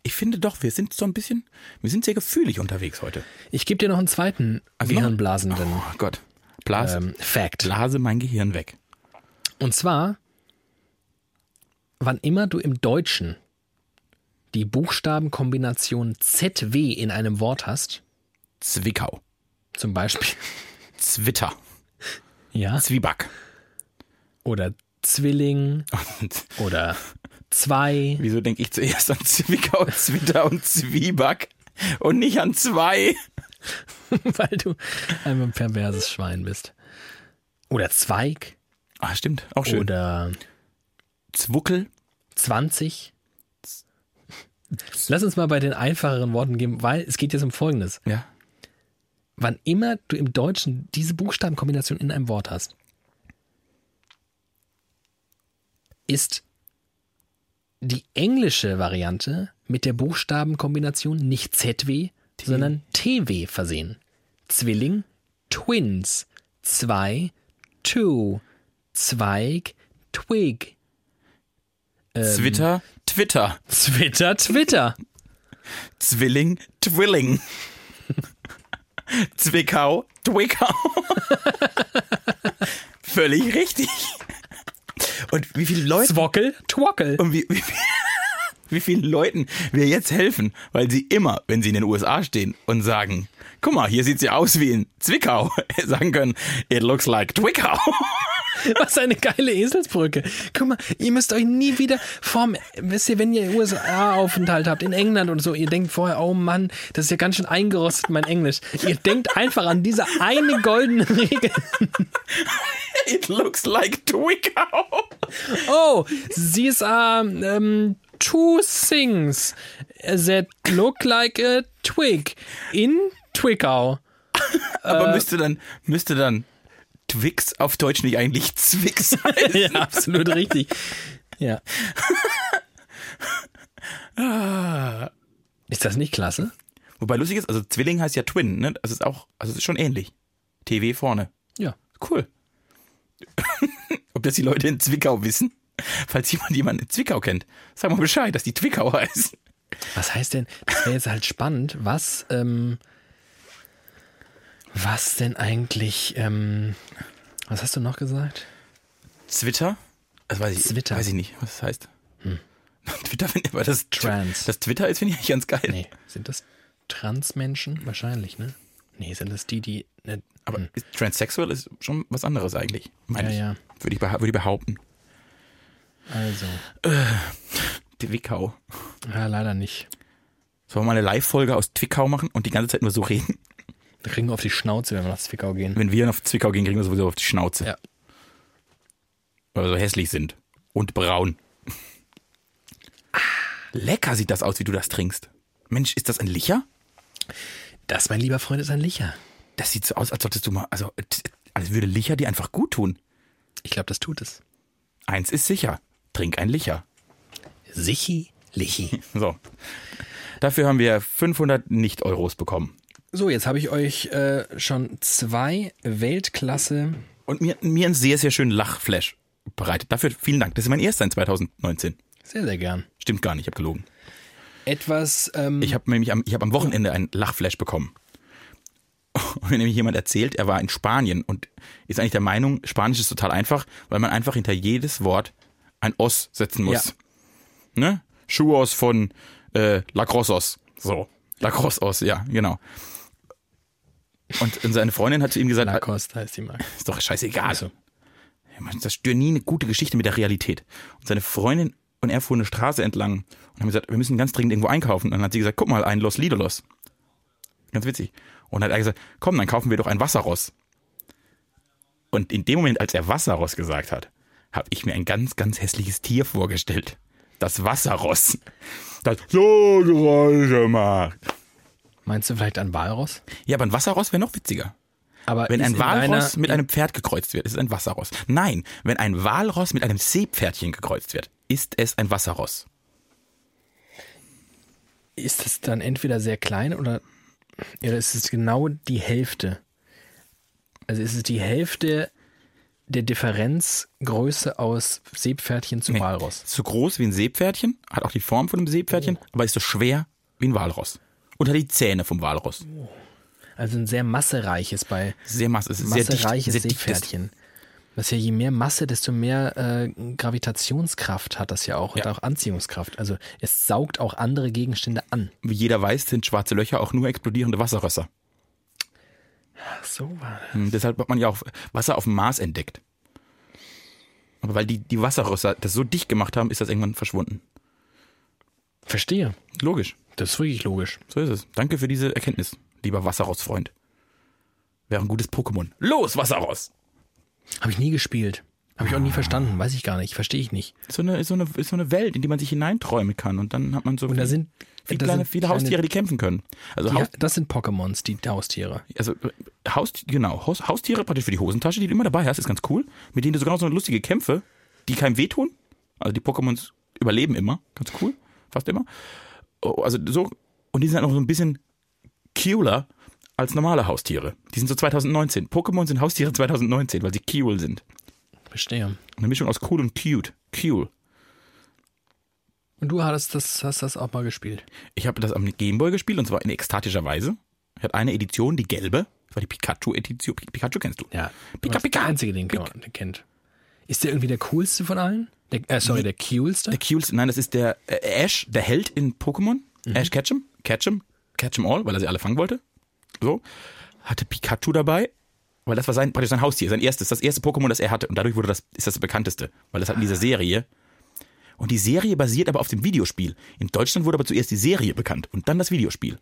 B: Ich finde doch, wir sind so ein bisschen, wir sind sehr gefühlig unterwegs heute.
A: Ich gebe dir noch einen zweiten
B: Also noch-
A: gehirnblasenden
B: Oh Gott. Blase,
A: ähm, Fact.
B: blase mein Gehirn weg.
A: Und zwar, wann immer du im Deutschen die Buchstabenkombination ZW in einem Wort hast,
B: Zwickau.
A: zum Beispiel,
B: Zwitter.
A: ja,
B: Zwieback.
A: oder Zwilling
B: Und
A: oder zwei,
B: Wieso denke ich zuerst an Zwickau, Zwitter und Zwieback und nicht an zwei?
A: weil du ein perverses Schwein bist. Oder Zweig
B: Ah, stimmt. Auch schön.
A: oder
B: Zwuckel.
A: 20. Lass uns mal bei den einfacheren Worten gehen, weil es geht jetzt um Folgendes.
B: Ja.
A: Wann immer du im Deutschen diese Buchstabenkombination in einem Wort hast, ist die englische Variante mit der Buchstabenkombination nicht ZW, sondern TW versehen. Zwilling, Twins, zwei, Two, Zweig, Twig,
B: Zwitter, Twitter.
A: Twitter, Twitter.
B: Zwilling, Twilling. Zwickau, Twickau. Völlig richtig. Und wie viele Leute
A: Zwockel, Twockel.
B: und wie, wie, wie vielen Leuten wir jetzt helfen, weil sie immer, wenn sie in den USA stehen und sagen, guck mal, hier sieht sie aus wie in Zwickau, sagen können, it looks like Twickau.
A: Was eine geile Eselsbrücke. Guck mal, ihr müsst euch nie wieder vorm, wisst ihr, wenn ihr USA-Aufenthalt habt, in England und so, ihr denkt vorher, oh Mann, das ist ja ganz schön eingerostet, mein Englisch. Ihr denkt einfach an diese eine goldene Regel.
B: It looks like Twickau.
A: Oh, these are ähm, two things that look like a twig in Twickau.
B: Aber müsste dann, müsste dann Twix auf Deutsch nicht eigentlich Zwix sein?
A: Ja, absolut richtig. Ja. Ist das nicht klasse?
B: Wobei lustig ist, also Zwilling heißt ja Twin, ne? Das ist auch, also es ist schon ähnlich. TW vorne.
A: Ja.
B: Cool. Ob das die Leute in Zwickau wissen? Falls jemand jemanden in Zwickau kennt, sag mal Bescheid, dass die Zwickau heißen.
A: Was heißt denn, das wäre jetzt halt spannend, was, ähm, was denn eigentlich, ähm, was hast du noch gesagt?
B: Zwitter? Das weiß ich,
A: Zwitter.
B: Weiß ich nicht, was das heißt. Twitter finde ich aber das
A: Hm. Trans.
B: Das Twitter ist, finde ich, eigentlich ganz geil.
A: Nee, sind das Transmenschen? Wahrscheinlich, ne? Nee, sind das die, die, ne,
B: Aber ist, transsexuell ist schon was anderes eigentlich.
A: Ja,
B: Meine ich.
A: ja.
B: Würde ich, beha- würde ich behaupten.
A: also,
B: Zwickau.
A: ja, leider nicht.
B: Sollen wir mal eine Live-Folge aus Zwickau machen und die ganze Zeit nur so reden?
A: Da kriegen wir auf die Schnauze, wenn wir nach Zwickau gehen.
B: Wenn wir nach Zwickau gehen, kriegen wir sowieso auf die Schnauze.
A: Ja.
B: Weil wir so hässlich sind. Und braun.
A: Ah.
B: Lecker sieht das aus, wie du das trinkst. Mensch, ist das ein Licher?
A: Das, mein lieber Freund, ist ein Licher.
B: Das sieht so aus, als solltest du mal. Also, t- als würde Licher dir einfach gut tun.
A: Ich glaube, das tut es.
B: Eins ist sicher. Trink ein Licher.
A: Sichi, Lichi.
B: So. Dafür haben wir 500 Nicht-Euros bekommen.
A: So, jetzt habe ich euch äh, schon zwei Weltklasse
B: Und mir, mir einen sehr, sehr schönen Lachflash bereitet. Dafür vielen Dank. Das ist mein erster in 2019.
A: sehr, sehr gern.
B: Stimmt gar nicht, ich habe gelogen.
A: Etwas, ähm,
B: Ich habe nämlich am, ich hab am Wochenende einen Lachflash bekommen. Und mir nämlich jemand erzählt, er war in Spanien und ist eigentlich der Meinung, Spanisch ist total einfach, weil man einfach hinter jedes Wort ein Os setzen muss. Ne? Schuhos von äh, Lacrosos. So. Lacrosos, ja, genau. Und, und seine Freundin hat zu ihm gesagt,
A: Lacoste heißt die Marke.
B: ist doch scheißegal.
A: so.
B: Ja, man, Das störe nie eine gute Geschichte mit der Realität. Und seine Freundin und er fuhren eine Straße entlang und haben gesagt, wir müssen ganz dringend irgendwo einkaufen. Und dann hat sie gesagt, guck mal, ein Los Lidolos. Ganz witzig. Und dann hat er gesagt, komm, dann kaufen wir doch ein Wasserross. Und in dem Moment, als er Wasserross gesagt hat, habe ich mir ein ganz, ganz hässliches Tier vorgestellt. Das Wasserross. Das so Geräusche macht.
A: Meinst du vielleicht ein Walross?
B: Ja, aber ein Wasserross wäre noch witziger.
A: Aber
B: Wenn
A: ist
B: ein
A: in
B: Walross
A: einer-
B: mit einem Pferd gekreuzt wird, ist es ein Wasserross. Nein, wenn ein Walross mit einem Seepferdchen gekreuzt wird, ist es ein Wasserross.
A: ist es dann entweder sehr klein oder, oder ist es genau die Hälfte? Also ist es die Hälfte der Differenzgröße aus Seepferdchen zu
B: Nee.
A: Walross?
B: Ist so groß wie ein Seepferdchen, hat auch die Form von einem Seepferdchen, aber ist so schwer wie ein Walross. Und hat die Zähne vom Walross.
A: Also ein sehr massereiches bei
B: Sehr mass, ist sehr dicht,
A: massereiches
B: sehr dichtes
A: Seepferdchen. Das ist ja je mehr Masse, desto mehr äh, Gravitationskraft hat das ja auch und
B: Ja.
A: auch Anziehungskraft. Also es saugt auch andere Gegenstände an.
B: wie jeder weiß, sind schwarze Löcher auch nur explodierende Wasserrösser.
A: Ach so war das.
B: Hm, Deshalb hat man ja auch Wasser auf dem Mars entdeckt. Aber weil die, die Wasserrösser das so dicht gemacht haben, ist das irgendwann verschwunden.
A: Verstehe.
B: Logisch,
A: Das ist wirklich logisch.
B: so ist es. Danke für diese Erkenntnis, lieber Wasserross-Freund. Wäre ein gutes Pokémon. Los, Wasserross!
A: Habe ich nie gespielt. Habe ich auch nie verstanden. Weiß ich gar nicht. Verstehe ich nicht.
B: Ist so, eine, ist, so eine, ist so eine Welt, in die man sich hineinträumen kann. Und dann hat man so
A: Und da sind
B: viele,
A: da
B: kleine,
A: sind
B: viele
A: kleine-
B: Haustiere, die kämpfen können. Also,
A: Ja,
B: Haus,
A: das sind Pokémons, die Haustiere.
B: also äh, Haust, genau, Haus, Haustiere praktisch für die Hosentasche, die du immer dabei hast, ist ganz cool. Mit denen du sogar noch so lustige Kämpfe, die keinem wehtun. Also die Pokémons überleben immer, ganz cool, fast immer. Oh, Also so, und die sind halt noch so ein bisschen cooler als normale Haustiere. Die sind so 2019. Pokémon sind Haustiere 2019, weil sie cool sind.
A: Verstehe.
B: Eine Mischung aus cool und cute. Cool.
A: Und du hattest das, hast das auch mal gespielt.
B: Ich habe das am Gameboy gespielt und zwar in ekstatischer Weise. Ich hatte eine Edition, die gelbe. Das war die Pikachu-Edition. Pi- Pikachu kennst du.
A: Ja.
B: Pika,
A: Pika, Pika.
B: Pika.
A: Der einzige, den man den kennt. Ist der irgendwie der coolste von allen? Der, äh, sorry, der coolste?
B: Der coolste, nein, das ist der äh, Ash, der Held in Pokémon. Ash Ketchum. Ketchum. Ketchum All, weil er sie alle fangen wollte. So. Hatte Pikachu dabei, weil das war sein, praktisch sein Haustier, sein erstes, das erste Pokémon, das er hatte. Und dadurch wurde das, ist das bekannteste, weil das hat in dieser Serie. Und die Serie basiert aber auf dem Videospiel. In Deutschland wurde aber zuerst die Serie bekannt und dann das Videospiel.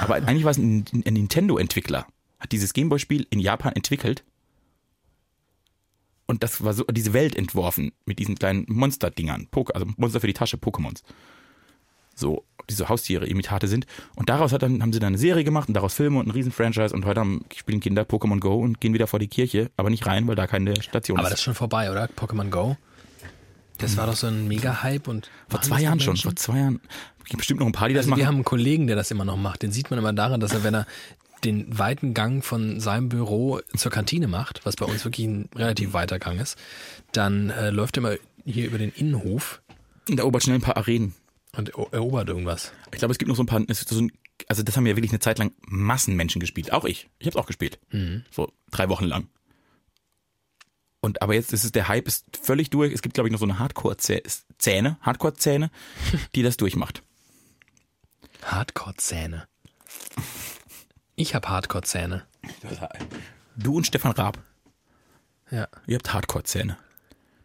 B: Aber eigentlich war es ein, ein Nintendo-Entwickler, hat dieses Gameboy-Spiel in Japan entwickelt und das war so diese Welt entworfen mit diesen kleinen Monster-Dingern. Poke- Also Monster für die Tasche, Pokémons. So, diese Haustiere-Imitate sind. Und daraus hat dann, haben sie dann eine Serie gemacht und daraus Filme und ein Riesen-Franchise. Und heute haben, spielen Kinder Pokémon Go und gehen wieder vor die Kirche, aber nicht rein, weil da keine Station
A: Aber
B: ist.
A: das ist schon vorbei, oder? Pokémon Go? Das war doch so ein Mega-Hype und.
B: vor zwei Jahren schon, vor zwei Jahren. Gibt bestimmt noch ein paar, die das
A: Also
B: machen.
A: wir haben einen Kollegen, der das immer noch macht. Den sieht man immer daran, dass er, wenn er den weiten Gang von seinem Büro zur Kantine macht, was bei uns wirklich ein relativ weiter Gang ist, dann äh, läuft er immer hier über den Innenhof
B: da erobert schnell ein paar Arenen.
A: und ero- erobert irgendwas.
B: Ich glaube, es gibt noch so ein paar. Es ist so ein, also, das haben ja wirklich eine Zeit lang Massenmenschen gespielt. Auch ich. Ich habe es auch gespielt. So drei Wochen lang. Und aber jetzt ist es der Hype ist völlig durch. Es gibt glaube ich noch so eine Hardcore-Zähne, Hardcore-Zähne, die das durchmacht.
A: Hardcore-Zähne. Ich habe Hardcore-Zähne.
B: Du und Stefan Raab,
A: Ja.
B: ihr habt Hardcore-Zähne.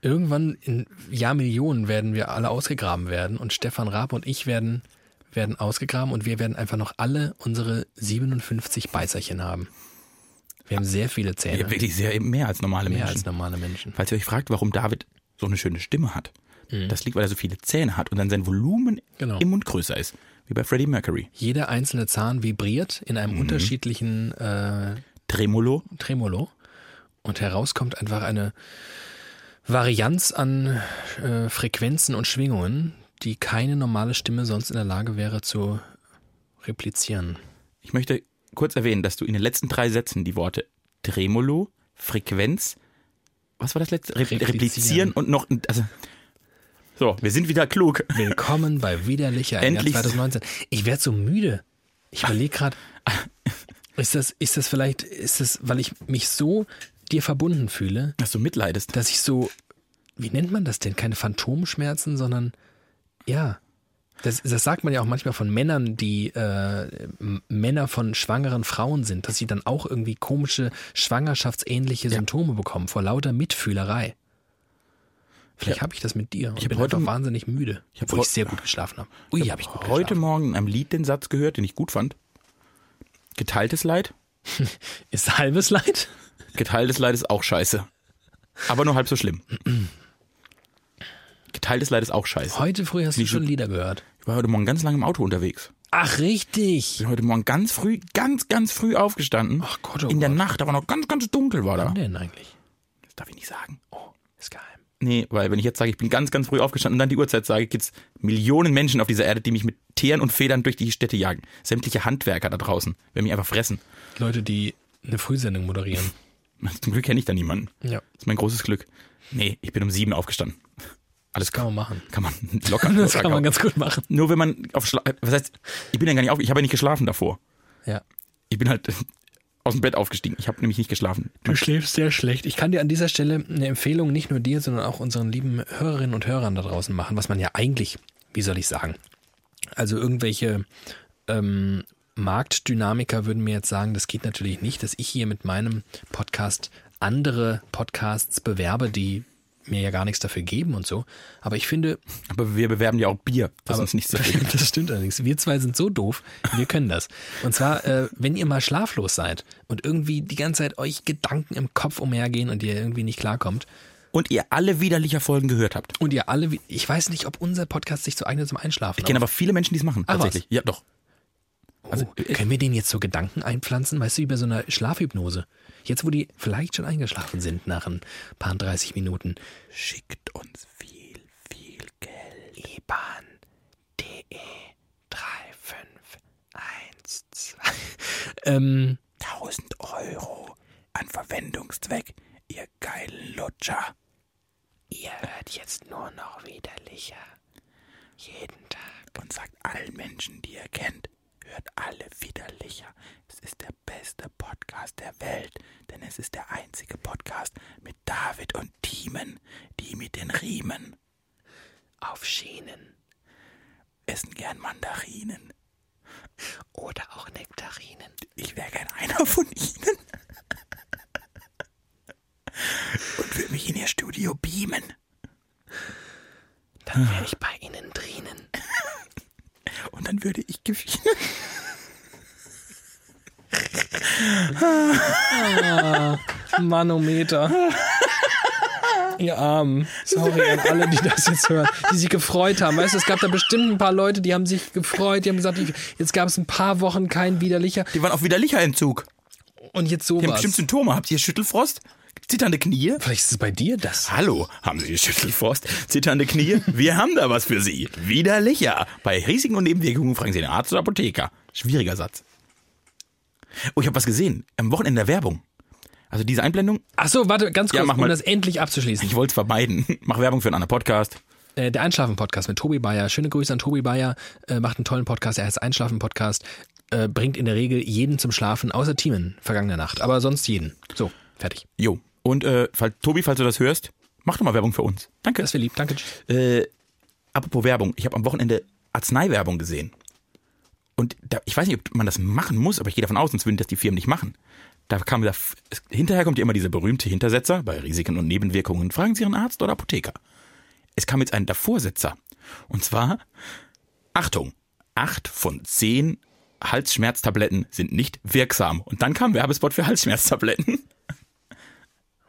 A: Irgendwann in Jahrmillionen werden wir alle ausgegraben werden und Stefan Raab und ich werden, werden ausgegraben und wir werden einfach noch alle unsere 57 Beißerchen haben. Wir haben sehr viele Zähne.
B: Ihr habt wirklich sehr mehr als normale
A: Mehr
B: Menschen.
A: als normale Menschen.
B: Falls ihr euch fragt, warum David so eine schöne Stimme hat, das liegt, weil er so viele Zähne hat und dann sein Volumen
A: Mhm. Genau.
B: im Mund größer ist, wie bei Freddie Mercury.
A: Jeder einzelne Zahn vibriert in
B: Mhm.
A: einem unterschiedlichen äh,
B: Tremolo,
A: Tremolo und heraus kommt einfach eine Varianz an äh, Frequenzen und Schwingungen, die keine normale Stimme sonst in der Lage wäre zu replizieren.
B: Ich möchte kurz erwähnen, dass du in den letzten drei Sätzen die Worte Tremolo, Frequenz, was war das letzte? Re
A: Replizieren.
B: replizieren. und noch. Also, so, wir sind wieder klug.
A: Willkommen bei Widerlicher im Jahr
B: Endlich.
A: 2019. Ich werde so müde. Ich überlege gerade, ist das, ist das vielleicht, ist das, weil ich mich so dir verbunden fühle,
B: Dass du mitleidest.
A: dass ich so, wie nennt man das denn? Keine Phantomschmerzen, sondern ja. Das, das sagt man ja auch manchmal von Männern, die äh, M- Männer von schwangeren Frauen sind, dass sie dann auch irgendwie komische schwangerschaftsähnliche Symptome bekommen vor lauter Mitfühlerei. Vielleicht
B: Ja.
A: habe ich das mit dir. und
B: Ich hab
A: bin
B: heute
A: einfach
B: m-
A: wahnsinnig müde,
B: Ich hab
A: obwohl
B: heu-
A: ich sehr gut geschlafen habe. Ui, habe ich gut
B: heute
A: geschlafen.
B: Morgen in einem Lied den Satz gehört, den ich gut fand. Geteiltes Leid.
A: Ist halbes Leid?
B: Geteiltes Leid ist auch scheiße. Aber nur halb so schlimm. Geteiltes Leid ist auch scheiße.
A: Heute früh hast du schon Lieder gehört.
B: Ich war heute Morgen ganz lange im Auto unterwegs.
A: Ach, richtig.
B: Bin heute Morgen ganz früh, ganz, ganz früh aufgestanden.
A: Ach Gott, oh
B: in der
A: Gott.
B: Nacht, aber noch ganz, ganz dunkel war da.
A: Wann denn eigentlich?
B: Das darf ich nicht sagen.
A: Ist geheim.
B: Nee, weil wenn ich jetzt sage, ich bin ganz, ganz früh aufgestanden und dann die Uhrzeit sage, gibt's Millionen Menschen auf dieser Erde, die mich mit Teeren und Federn durch die Städte jagen. Sämtliche Handwerker da draußen werden mich einfach fressen.
A: Leute, die eine Frühsendung moderieren.
B: Zum Glück kenne ich da niemanden.
A: Ja.
B: Das ist mein großes Glück. Nee, ich bin um sieben aufgestanden. Alles
A: Das kann man machen.
B: kann man locker.
A: Das
B: locker
A: kann
B: kaufen.
A: man ganz gut machen.
B: Nur wenn man auf Schla äh, Was heißt, ich bin ja gar nicht auf, ich habe ja nicht geschlafen davor.
A: Ja.
B: Ich bin halt aus dem Bett aufgestiegen. Ich habe nämlich nicht geschlafen.
A: Du schläfst sehr schlecht. Ich kann dir an dieser Stelle eine Empfehlung nicht nur dir, sondern auch unseren lieben Hörerinnen und Hörern da draußen machen, was man ja eigentlich, wie soll ich sagen, also irgendwelche ähm, Marktdynamiker würden mir jetzt sagen, das geht natürlich nicht, dass ich hier mit meinem Podcast andere Podcasts bewerbe, die mir ja gar nichts dafür geben und so. Aber ich finde,
B: Aber wir bewerben ja auch Bier, was
A: aber-
B: uns nicht so viel.
A: Das stimmt allerdings. Wir zwei sind so doof, wir können das. Und zwar, äh, wenn ihr mal schlaflos seid und irgendwie die ganze Zeit euch Gedanken im Kopf umhergehen und ihr irgendwie nicht klarkommt
B: Und ihr alle widerlicher Folgen gehört habt.
A: und ihr alle, wie- ich weiß nicht, ob unser Podcast sich so eignet zum Einschlafen.
B: Ich kenne aber viele Menschen, die es machen.
A: Ach,
B: tatsächlich. Ja, doch. also-
A: oh, können wir den jetzt so Gedanken einpflanzen? Weißt du, wie bei so einer Schlafhypnose? Jetzt, wo die vielleicht schon eingeschlafen sind nach ein paar 30 Minuten.
B: Schickt uns viel, viel Geld.
A: IBAN DE 3512. ähm,
B: 1000 Euro an Verwendungszweck, ihr geilen Lutscher.
A: Ihr hört jetzt nur noch widerlicher. Jeden Tag.
B: Und sagt allen Menschen, die ihr kennt, hört alle widerlicher. Es ist der beste Podcast der Welt, denn es ist der einzige Podcast mit David und Thiemen, die mit den Riemen
A: Auf Schienen.
B: essen gern Mandarinen.
A: Oder auch Nektarinen.
B: Ich wäre gern einer von ihnen. Und würde mich in ihr Studio beamen.
A: Dann wäre ich bei Ihnen drinnen.
B: Und dann würde ich gewinnen.
A: Manometer. Ihr Armen. Sorry an alle, die das jetzt hören, die sich gefreut haben. Weißt du, es gab da bestimmt ein paar Leute, die haben sich gefreut, die haben gesagt, ich, jetzt gab es ein paar Wochen kein widerlicher.
B: Die waren auf widerlicher Entzug.
A: Und jetzt
B: Die haben
A: sowas.
B: bestimmt Symptome. Habt ihr Schüttelfrost? Zitternde Knie?
A: Vielleicht ist es bei dir das.
B: Hallo, haben Sie Schüttelfrost? Zitternde Knie? Wir haben da was für Sie. Widerlicher. Bei Risiken und Nebenwirkungen fragen Sie den Arzt oder Apotheker. Schwieriger Satz. Oh, ich habe was gesehen. Am Wochenende der Werbung. Also diese Einblendung,
A: Ach so, warte, ganz
B: Ja,
A: kurz,
B: mach mal.
A: um das endlich abzuschließen.
B: ich wollte es vermeiden. Mach Werbung für einen anderen Podcast.
A: Äh, der Einschlafen-Podcast mit Tobi Bayer. Schöne Grüße an Tobi Bayer. Äh, macht einen tollen Podcast. Er heißt Einschlafen-Podcast. Äh, bringt in der Regel jeden zum Schlafen, außer Thiemen vergangener Nacht. Aber sonst jeden. So, fertig.
B: Jo. Und äh, falls, Tobi, falls du das hörst, mach doch mal Werbung für uns. Danke.
A: Das wäre lieb. Danke. Tschüss.
B: Äh, apropos Werbung, ich habe am Wochenende Arzneiwerbung gesehen. Und da, ich weiß nicht, ob man das machen muss, aber ich gehe davon aus, sonst würden das die Firmen nicht machen. Da kam da, es, hinterher kommt ja immer dieser berühmte Hintersetzer bei Risiken und Nebenwirkungen. Fragen Sie Ihren Arzt oder Apotheker. Es kam jetzt ein Davorsetzer. Und zwar, Achtung, acht von zehn Halsschmerztabletten sind nicht wirksam. Und dann kam Werbespot für Halsschmerztabletten.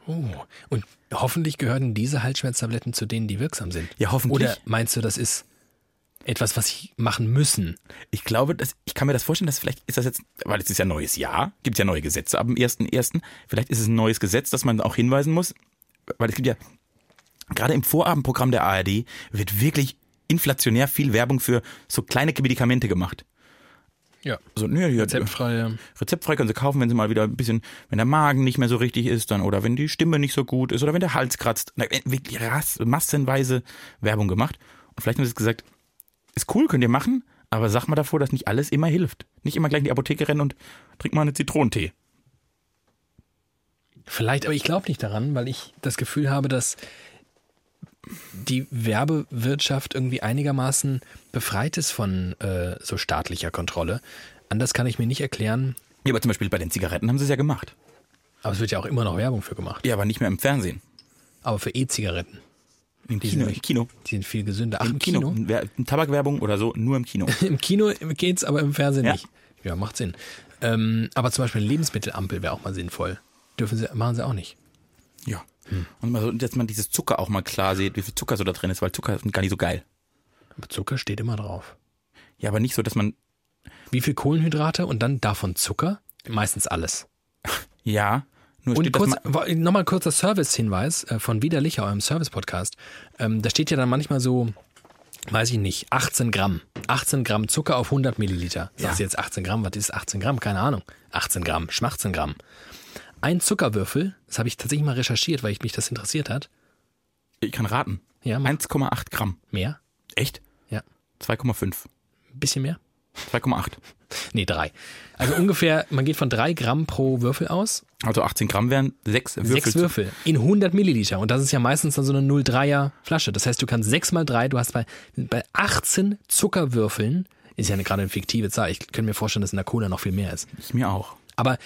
A: Oh. Und hoffentlich gehören diese Halsschmerztabletten zu denen, die wirksam sind.
B: Ja, hoffentlich.
A: Oder meinst du, das ist etwas, was sie machen müssen?
B: Ich glaube, dass, ich kann mir das vorstellen, dass vielleicht ist das jetzt, weil es ist ja neues Jahr, gibt ja neue Gesetze ab dem 1.1. Vielleicht ist es ein neues Gesetz, dass man auch hinweisen muss, weil es gibt ja, gerade im Vorabendprogramm der ARD wird wirklich inflationär viel Werbung für so kleine Medikamente gemacht.
A: Ja.
B: So, nö, ja,
A: Rezeptfreie.
B: rezeptfrei können sie kaufen, wenn sie mal wieder ein bisschen, wenn der Magen nicht mehr so richtig ist, dann oder wenn die Stimme nicht so gut ist oder wenn der Hals kratzt. Na, äh, wirklich ras- massenweise Werbung gemacht. Und vielleicht haben sie es gesagt, ist cool, könnt ihr machen, aber sag mal davor, dass nicht alles immer hilft. Nicht immer gleich in die Apotheke rennen und trink mal einen Zitronentee.
A: Vielleicht, aber ich glaube nicht daran, weil ich das Gefühl habe, dass die Werbewirtschaft irgendwie einigermaßen befreit ist von äh, so staatlicher Kontrolle. Anders kann ich mir nicht erklären,
B: Ja, aber zum Beispiel bei den Zigaretten haben sie es ja gemacht.
A: aber es wird ja auch immer noch Werbung für gemacht.
B: Ja, aber nicht mehr im Fernsehen.
A: Aber für E-Zigaretten,
B: Im
A: Die
B: Kino.
A: sind-
B: Im Kino.
A: die sind viel gesünder. Ach, im
B: Kino.
A: Kino? Im Kino,
B: Wer- Tabakwerbung oder so, nur im Kino.
A: geht's, aber im Fernsehen
B: Ja.
A: nicht. Ja, macht Sinn. Ähm, aber zum Beispiel eine Lebensmittelampel wäre auch mal sinnvoll. Dürfen sie, machen sie auch nicht.
B: ja. Hm. Und mal so, dass man dieses Zucker auch mal klar sieht, wie viel Zucker so da drin ist, weil Zucker ist gar nicht so geil.
A: Aber Zucker steht immer drauf.
B: Ja, aber nicht so, dass man
A: Wie viel Kohlenhydrate und dann davon Zucker? Meistens alles.
B: Ja, Nur
A: Und
B: steht das
A: kurz,
B: ma-
A: wa- nochmal kurzer Service-Hinweis äh, von Widerlicher, eurem Service-Podcast. Ähm, da steht ja dann manchmal so, weiß ich nicht, 18 Gramm. 18 Gramm Zucker auf 100 Milliliter. Sagst du jetzt 18 Gramm? Was ist 18 Gramm? Keine Ahnung. 18 Gramm, Schmachzen Gramm. Ein Zuckerwürfel, das habe ich tatsächlich mal recherchiert, weil ich mich das interessiert hat.
B: ich kann raten.
A: Ja, mach.
B: 1,8 Gramm.
A: Mehr?
B: Echt?
A: Ja.
B: 2,5.
A: Ein bisschen mehr?
B: 2,8.
A: Nee, drei. Also ungefähr, man geht von drei Gramm pro Würfel aus.
B: Also 18 Gramm wären sechs Würfel.
A: Sechs Würfel in 100 Milliliter. Und das ist ja meistens dann so eine 0,3er Flasche. Das heißt, du kannst sechs mal drei, du hast bei, bei 18 Zuckerwürfeln, ist ja eine, gerade eine fiktive Zahl. Ich könnte mir vorstellen, dass in der Cola noch viel mehr ist.
B: Ich mir auch.
A: Aber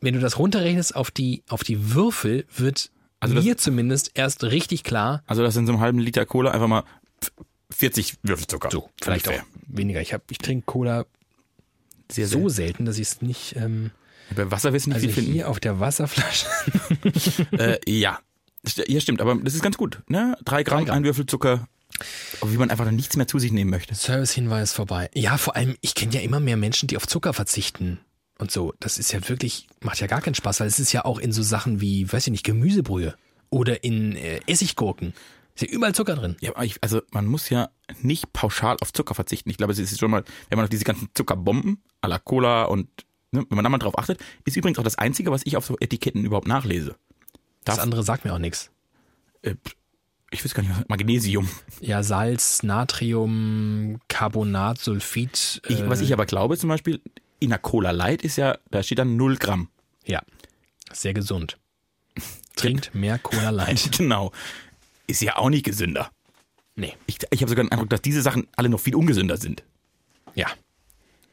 A: wenn du das runterrechnest auf die, auf die Würfel, wird
B: Also das-
A: mir zumindest erst richtig klar,
B: Also das sind so einem halben Liter Cola einfach mal 40 Würfel Zucker.
A: so, vielleicht auch
B: Ungefähr.
A: weniger. Ich, hab- ich trinke Cola
B: Sehr, sehr.
A: so selten, dass ich es nicht, ähm,
B: Bei Wasser wirst du nicht
A: also
B: viel finden.
A: hier auf der Wasserflasche.
B: Äh, ja. St- Ja, stimmt, aber das ist ganz gut. Ne? Drei Gramm,
A: Gramm.
B: ein Würfel Zucker. Aber wie man einfach dann nichts mehr zu sich nehmen möchte.
A: Servicehinweis vorbei. Ja, vor allem, ich kenne ja immer mehr Menschen, die auf Zucker verzichten und so. Das ist ja wirklich, macht ja gar keinen Spaß, weil es ist ja auch in so Sachen wie, weiß ich nicht, Gemüsebrühe oder in äh, Essiggurken. Ist ja überall Zucker drin.
B: Ja, aber ich, also man muss ja nicht pauschal auf Zucker verzichten. Ich glaube, es ist schon mal, wenn man auf diese ganzen Zuckerbomben à la Cola und ne, wenn man da mal drauf achtet, ist übrigens auch das Einzige, was ich auf so Etiketten überhaupt nachlese.
A: Das
B: Darf-
A: andere sagt mir auch nichts.
B: Äh, ich weiß gar nicht, was- Magnesium.
A: Ja, Salz, Natrium, Carbonat, Sulfid. Äh,
B: Ich, was ich aber glaube zum Beispiel, in der Cola Light ist ja, da steht dann 0 Gramm.
A: ja, sehr gesund. Trinkt mehr Cola Light.
B: genau. Ist ja auch nicht gesünder.
A: Nee,
B: Ich, ich habe sogar den Eindruck, dass diese Sachen alle noch viel ungesünder sind.
A: ja.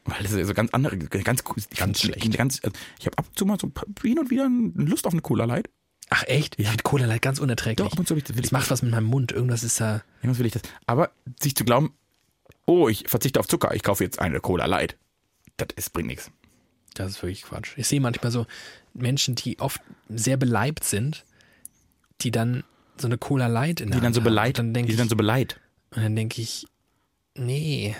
B: Weil das ist also ganz andere, ganz, ganz
A: schlecht.
B: Ganz, also ich habe ab und zu mal so ein paar- hin und wieder Lust auf eine Cola Light.
A: Ach echt? Ich finde Cola Light ganz unerträglich.
B: Doch, ab und zu hab ich das-
A: das macht was mit meinem Mund. Irgendwas ist da...
B: Irgendwas will ich das. Aber sich zu glauben, oh, ich verzichte auf Zucker, ich kaufe jetzt eine Cola Light. Das ist, bringt nichts.
A: Das ist wirklich Quatsch. Ich sehe manchmal so Menschen, die oft sehr beleibt sind, die dann so eine Cola Light in der
B: Die dann
A: Hand
B: so
A: haben.
B: beleidigt.
A: Und dann denke
B: die
A: ich,
B: dann so beleidigt.
A: und dann denk ich, nee,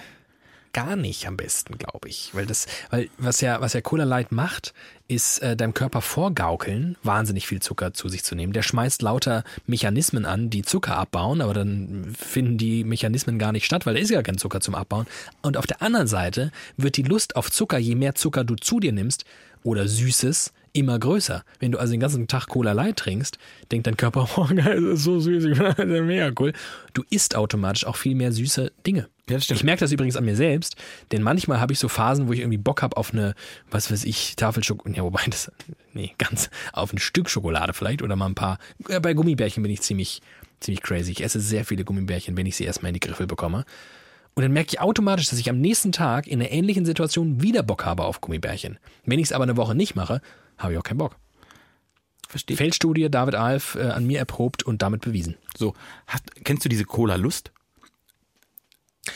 A: gar nicht am besten, glaube ich. Weil das, weil was ja, was ja Cola Light macht, ist äh, deinem Körper vorgaukeln, wahnsinnig viel Zucker zu sich zu nehmen. Der schmeißt lauter Mechanismen an, die Zucker abbauen, aber dann finden die Mechanismen gar nicht statt, weil da ist ja kein Zucker zum Abbauen. Und auf der anderen Seite wird die Lust auf Zucker, je mehr Zucker du zu dir nimmst oder Süßes, immer größer. Wenn du also den ganzen Tag Cola Light trinkst, denkt dein Körper, oh geil, das ist so süß, ich bin mega cool. Du isst automatisch auch viel mehr süße Dinge.
B: Ja, das stimmt.
A: Ich merke das übrigens an mir selbst, denn manchmal habe ich so Phasen, wo ich irgendwie Bock habe auf eine, was weiß ich, Tafel Schokolade, ja, wobei das, nee, ganz, auf ein Stück Schokolade vielleicht oder mal ein paar, äh, bei Gummibärchen bin ich ziemlich, ziemlich crazy. Ich esse sehr viele Gummibärchen, wenn ich sie erstmal in die Griffel bekomme. Und dann merke ich automatisch, dass ich am nächsten Tag in einer ähnlichen Situation wieder Bock habe auf Gummibärchen. Wenn ich es aber eine Woche nicht mache, habe ich auch keinen Bock.
B: Verstehe.
A: Feldstudie David Alf äh, an mir erprobt und damit bewiesen.
B: So, hast, kennst du diese Cola Lust?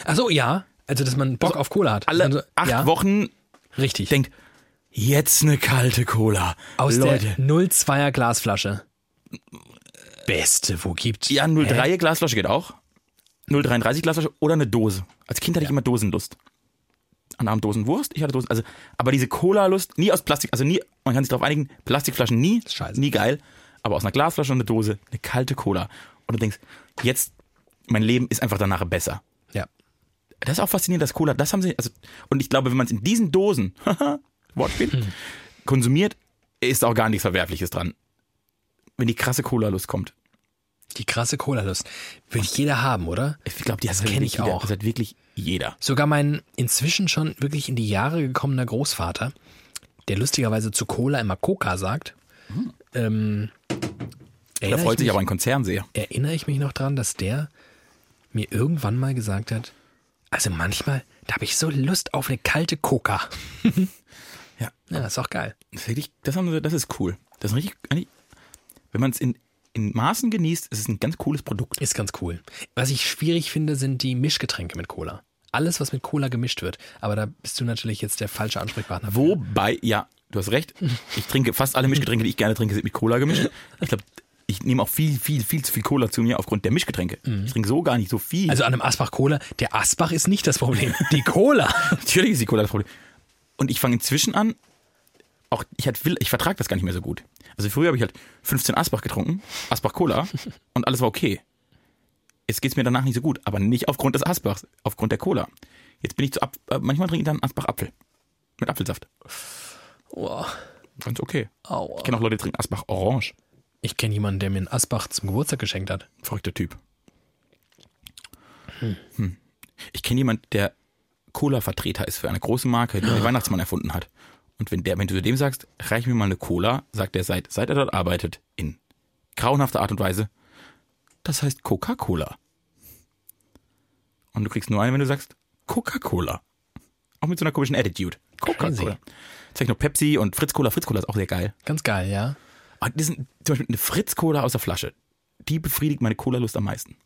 A: Achso, ja. Also, dass man Bock auf Cola hat.
B: Alle
A: also,
B: acht
A: ja,
B: Wochen
A: Richtig.
B: denkt, jetzt eine kalte Cola.
A: Aus
B: Leute.
A: der 02er Glasflasche. Beste, wo gibt's?
B: ja, 03er Glasflasche geht auch. 033 Glasflasche oder eine Dose. Als Kind hatte ich immer Dosenlust. An Abend Dosenwurst, ich hatte Dosen, also, aber diese Cola-Lust, nie aus Plastik, also nie, man kann sich darauf einigen, Plastikflaschen nie,
A: scheiße.
B: nie geil, aber aus einer Glasflasche und einer Dose, eine kalte Cola. Und du denkst, jetzt, mein Leben ist einfach danach besser.
A: Ja.
B: Das ist auch faszinierend, dass Cola, das haben sie, also, und ich glaube, wenn man es in diesen Dosen, haha, Wortspiel, konsumiert, ist auch gar nichts Verwerfliches dran. Wenn die krasse Cola-Lust kommt.
A: Die krasse Cola-Lust. Würde jeder haben, oder?
B: Ich glaube, die
A: Das
B: hat halt
A: kenn
B: wirklich
A: ich
B: jeder.
A: auch.
B: Das hat wirklich jeder.
A: Sogar mein inzwischen schon wirklich in die Jahre gekommener Großvater, der lustigerweise zu Cola immer Coca sagt, ähm,
B: Da
A: erinnere,
B: freut sich
A: ich mich,
B: aber ein Konzern sehr.
A: erinnere ich mich noch dran, dass der mir irgendwann mal gesagt hat, also manchmal, da habe ich so Lust auf eine kalte Coca.
B: Ja.
A: Ja, ist auch geil.
B: Das ist, wirklich, das, haben sie, das ist cool. Das ist richtig, eigentlich, wenn man es in, in Maßen genießt, ist es ein ganz cooles Produkt.
A: Ist ganz cool. Was ich schwierig finde, sind die Mischgetränke mit Cola. Alles, was mit Cola gemischt wird. Aber da bist du natürlich jetzt der falsche Ansprechpartner.
B: Wobei, ja, du hast recht. Ich trinke fast alle Mischgetränke, die ich gerne trinke, sind mit Cola gemischt. Ich glaube, ich nehme auch viel, viel, viel zu viel Cola zu mir aufgrund der Mischgetränke. Ich trinke so gar nicht so viel.
A: Also an einem Asbach Cola, der Asbach ist nicht das Problem. Die Cola.
B: natürlich ist die Cola das Problem. Und ich fange inzwischen an, auch ich halt will, ich vertrage das gar nicht mehr so gut. Also früher habe ich halt 15 Asbach getrunken, Asbach Cola und alles war okay. Jetzt geht's mir danach nicht so gut, aber nicht aufgrund des Asbachs, aufgrund der Cola. Jetzt bin ich zu ab, äh, manchmal trinke ich dann Asbach Apfel mit Apfelsaft.
A: Wow.
B: Ganz okay.
A: Aua.
B: Ich kenne auch Leute, die trinken Asbach Orange.
A: Ich kenne jemanden, der mir einen Asbach zum Geburtstag geschenkt hat.
B: Verrückter Typ. Hm. Ich kenne jemanden, der Cola-Vertreter ist für eine große Marke, die den Weihnachtsmann erfunden hat. Und wenn der, wenn du dem sagst, reich mir mal eine Cola, sagt er, seit, seit er dort arbeitet, in grauenhafter Art und Weise, das heißt Coca-Cola. Und du kriegst nur einen, wenn du sagst, Coca-Cola. Auch mit so einer komischen Attitude. Coca-Cola.
A: Crazy.
B: Jetzt sag ich noch Pepsi und Fritz-Cola. Fritz-Cola ist auch sehr geil.
A: Ganz geil, ja.
B: Ah, das sind zum Beispiel eine Fritz-Cola aus der Flasche. Die befriedigt meine Cola-Lust am meisten.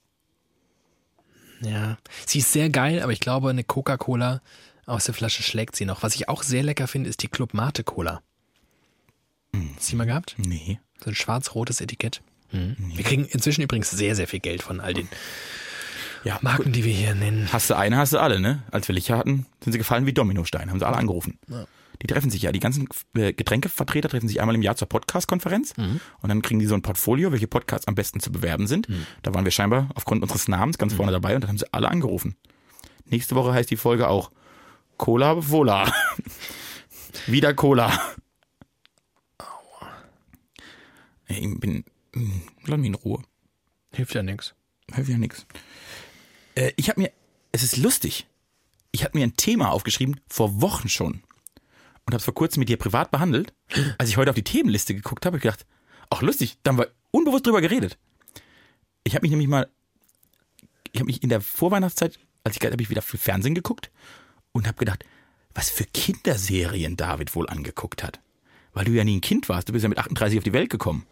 A: Ja. Sie ist sehr geil, aber ich glaube, eine Coca-Cola aus der Flasche schlägt sie noch. Was ich auch sehr lecker finde, ist die Club Mate Cola. Hast du die mal gehabt?
B: Nee.
A: So ein schwarz-rotes Etikett. Wir kriegen inzwischen übrigens sehr, sehr viel Geld von all den
B: Ja,
A: Marken, die wir hier nennen.
B: Hast du eine, hast du alle, ne? Als wir Licher hatten, sind sie gefallen wie Dominosteine, haben sie alle angerufen. Die treffen sich ja, die ganzen äh, Getränkevertreter treffen sich einmal im Jahr zur Podcast-Konferenz und dann kriegen die so ein Portfolio, welche Podcasts am besten zu bewerben sind. Da waren wir scheinbar aufgrund unseres Namens ganz vorne dabei und dann haben sie alle angerufen. Nächste Woche heißt die Folge auch Cola Vola. Wieder Cola. Ich bin, mh, lass mich in Ruhe.
A: Hilft ja nichts.
B: Hilft ja nix. Äh, ich habe mir, es ist lustig, ich habe mir ein Thema aufgeschrieben, vor Wochen schon. Und habe es vor kurzem mit dir privat behandelt. Als ich heute auf die Themenliste geguckt habe, habe ich gedacht, ach lustig, da haben wir unbewusst drüber geredet. Ich habe mich nämlich mal, ich habe mich in der Vorweihnachtszeit, als ich habe ich wieder viel Fernsehen geguckt und habe gedacht, was für Kinderserien David wohl angeguckt hat. Weil du ja nie ein Kind warst, du bist ja mit 38 auf die Welt gekommen.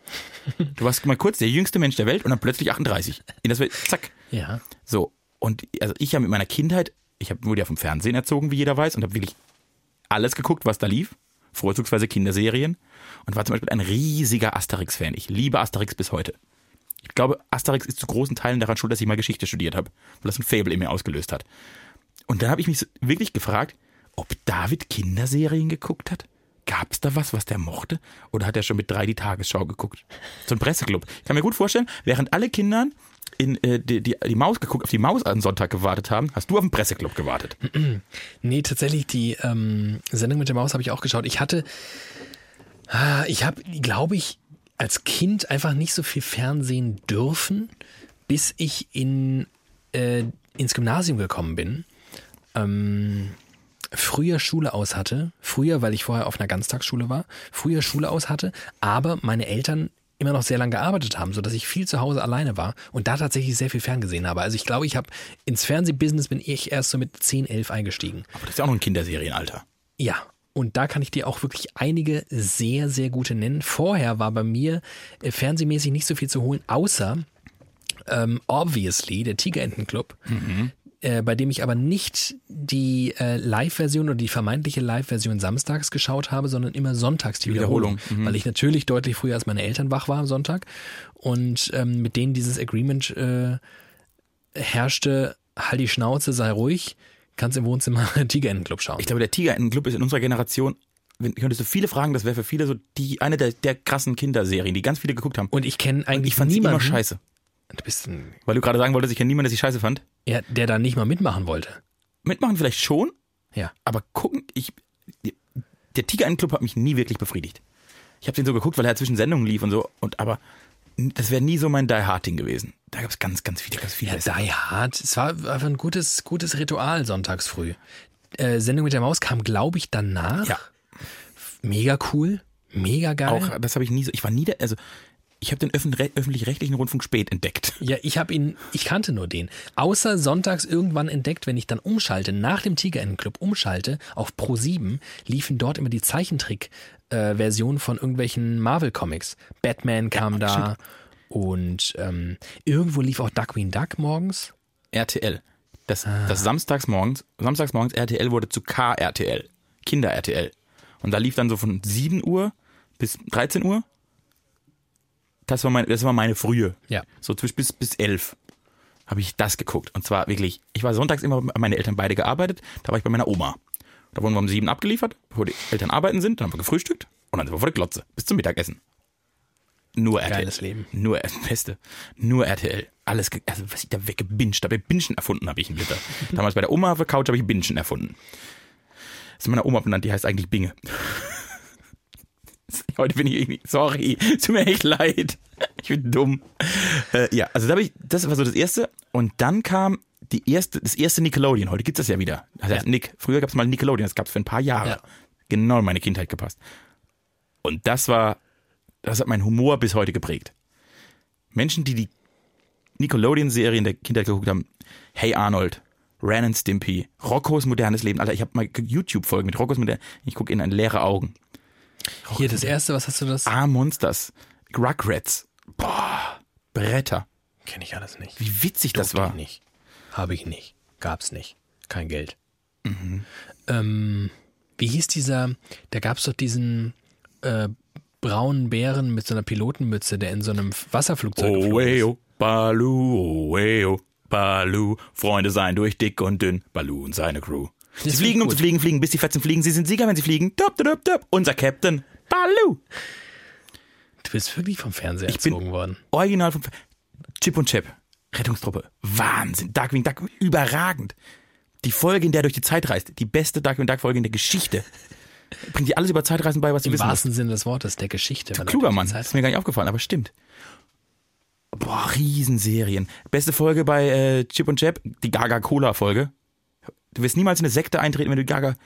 B: Du warst mal kurz der jüngste Mensch der Welt und dann plötzlich 38. In das Welt, zack.
A: Ja.
B: So, und also ich habe mit meiner Kindheit, ich hab, wurde ja vom Fernsehen erzogen, wie jeder weiß, und habe wirklich alles geguckt, was da lief. Vorzugsweise Kinderserien. Und war zum Beispiel ein riesiger Asterix-Fan. Ich liebe Asterix bis heute. Ich glaube, Asterix ist zu großen Teilen daran schuld, dass ich mal Geschichte studiert habe, weil das ein Fable in mir ausgelöst hat. Und dann habe ich mich so wirklich gefragt, ob David Kinderserien geguckt hat? Gab es da was, was der mochte? Oder hat er schon mit drei die Tagesschau geguckt? So ein Presseclub. Ich kann mir gut vorstellen, während alle Kindern in, äh, die, die, die Maus geguckt, auf die Maus am Sonntag gewartet haben, hast du auf den Presseclub gewartet.
A: Nee, tatsächlich, die ähm, Sendung mit der Maus habe ich auch geschaut. Ich hatte, ah, ich habe, glaube ich, als Kind einfach nicht so viel Fernsehen dürfen, bis ich in, äh, ins Gymnasium gekommen bin. Ähm, früher Schule aus hatte, früher, weil ich vorher auf einer Ganztagsschule war, früher Schule aus hatte, aber meine Eltern immer noch sehr lange gearbeitet haben, sodass ich viel zu Hause alleine war und da tatsächlich sehr viel ferngesehen habe. Also ich glaube, ich habe ins Fernsehbusiness bin ich erst so mit 10, 11 eingestiegen.
B: Aber das ist ja auch noch ein Kinderserienalter.
A: Ja, und da kann ich dir auch wirklich einige sehr, sehr gute nennen. Vorher war bei mir äh, fernsehmäßig nicht so viel zu holen, außer ähm, obviously der Tigerentenclub. Äh, bei dem ich aber nicht die äh, Live-Version oder die vermeintliche Live-Version samstags geschaut habe, sondern immer sonntags die Wiederholung.
B: Wiederholung, mhm.
A: Weil ich natürlich deutlich früher als meine Eltern wach war am Sonntag und ähm, mit denen dieses Agreement äh, herrschte, halt die Schnauze, sei ruhig, kannst im Wohnzimmer Tigerentenclub schauen.
B: Ich glaube, der Tiger in Club ist in unserer Generation, wenn, könntest du viele fragen, das wäre für viele so die, eine der, der krassen Kinderserien, die ganz viele geguckt haben.
A: Und ich kenne
B: Ich
A: eigentlich
B: fand sie immer
A: niemanden,
B: scheiße.
A: Du bist ein,
B: Weil du gerade sagen wolltest, ich kenne niemanden, der sie scheiße fand.
A: ja, der da nicht mal mitmachen wollte.
B: Mitmachen vielleicht schon,
A: Ja.
B: aber gucken, ich, der Tiger in Club hat mich nie wirklich befriedigt. Ich habe den so geguckt, weil er zwischen Sendungen lief und so, und aber das wäre nie so mein Die Hard Ding gewesen. Da gab es ganz, ganz viele, ganz viele.
A: Ja, Die Hard. Es war einfach ein gutes, gutes Ritual sonntags früh. Äh, Sendung mit der Maus kam, glaube ich, danach.
B: Ja.
A: Mega cool. Mega geil.
B: auch, das habe ich nie so, ich war nie der, also ich habe den öffn- re- öffentlich-rechtlichen Rundfunk spät entdeckt.
A: Ja, ich habe ihn, ich kannte nur den. Außer sonntags irgendwann entdeckt, wenn ich dann umschalte, nach dem Tigerentenclub umschalte, auf Pro 7, liefen dort immer die Zeichentrick-Versionen äh, von irgendwelchen Marvel-Comics. Batman kam da und ähm, irgendwo lief auch Duckwing Duck morgens.
B: RTL. Das, das samstags morgens, samstags morgens RTL wurde zu KRTL, Kinder RTL. Und da lief dann so von 7 Uhr bis 13 Uhr. Das war meine, das war meine frühe.
A: Ja.
B: So zwischen bis, bis 11 habe ich das geguckt. Und zwar wirklich, ich war sonntags immer, haben meine Eltern beide gearbeitet, da war ich bei meiner Oma. Da wurden wir um 7 abgeliefert, bevor die Eltern arbeiten sind, dann haben wir gefrühstückt, Und dann sind wir vor der Glotze. Bis zum Mittagessen. Nur RTL.
A: Geiles Leben.
B: Nur das Beste. Nur RTL. Alles, ge- also was ich da weggebinged habe. Bingen erfunden habe ich im Liter. Damals bei der Oma auf der Couch habe ich Bingen erfunden. Das ist meiner Oma benannt, die heißt eigentlich Binge. Heute bin ich irgendwie, sorry, tut mir echt leid. Ich bin dumm. Äh, ja, also da hab ich, das war so das erste. Und dann kam die erste, das erste Nickelodeon. Heute gibt es das ja wieder. Das heißt Nick. Früher gab es mal Nickelodeon, das gab es für ein paar Jahre.
A: Ja.
B: Genau in meine Kindheit gepasst. Und das war, das hat meinen Humor bis heute geprägt. Menschen, die die Nickelodeon-Serie in der Kindheit geguckt haben, Hey Arnold, Ren and Stimpy, Roccos modernes Leben. Alter, ich habe mal YouTube-Folgen mit Roccos modernes Ich gucke in leere Augen.
A: Hier, das erste, was hast du das?
B: A-Monsters, Rugrats. Boah, Bretter.
A: Kenne ich alles nicht.
B: Wie witzig das
A: Durfte
B: war.
A: ich nicht. Habe ich nicht. Gab's nicht. Kein Geld.
B: Mhm.
A: Ähm, wie hieß dieser? Da gab's doch diesen äh, braunen Bären mit so einer Pilotenmütze, der in so einem
B: Oh,
A: Wasserflugzeug geflogen ist.
B: Oweo, Balu, Oweo, Balu. Freunde sein durch dick und dünn. Balu und seine Crew. Sie
A: Das ist
B: fliegen, um
A: gut.
B: zu fliegen, fliegen, bis die Fetzen fliegen. Sie sind Sieger, wenn sie fliegen. Dop, dop, dop. Unser Captain, Balu.
A: Du bist wirklich vom Fernseher
B: bin-
A: erzogen worden.
B: Original von Chip und Chap. Rettungstruppe. Wahnsinn. Darkwing Duck. Überragend. Die Folge, in der er durch die Zeit reist. Die beste Darkwing Duck-Folge in der Geschichte. Bringt dir alles über Zeitreisen bei, was du
A: Im
B: wissen musst.
A: wahrsten Sinne des Wortes, der Geschichte. weil er
B: Kluger
A: durch die
B: Mann.
A: Zeit-
B: Ist mir gar nicht aufgefallen, aber stimmt. Boah, Riesenserien. Beste Folge bei äh, Chip und Chap, die Gaga-Cola-Folge. Du wirst niemals in eine Sekte eintreten, wenn du Gaga.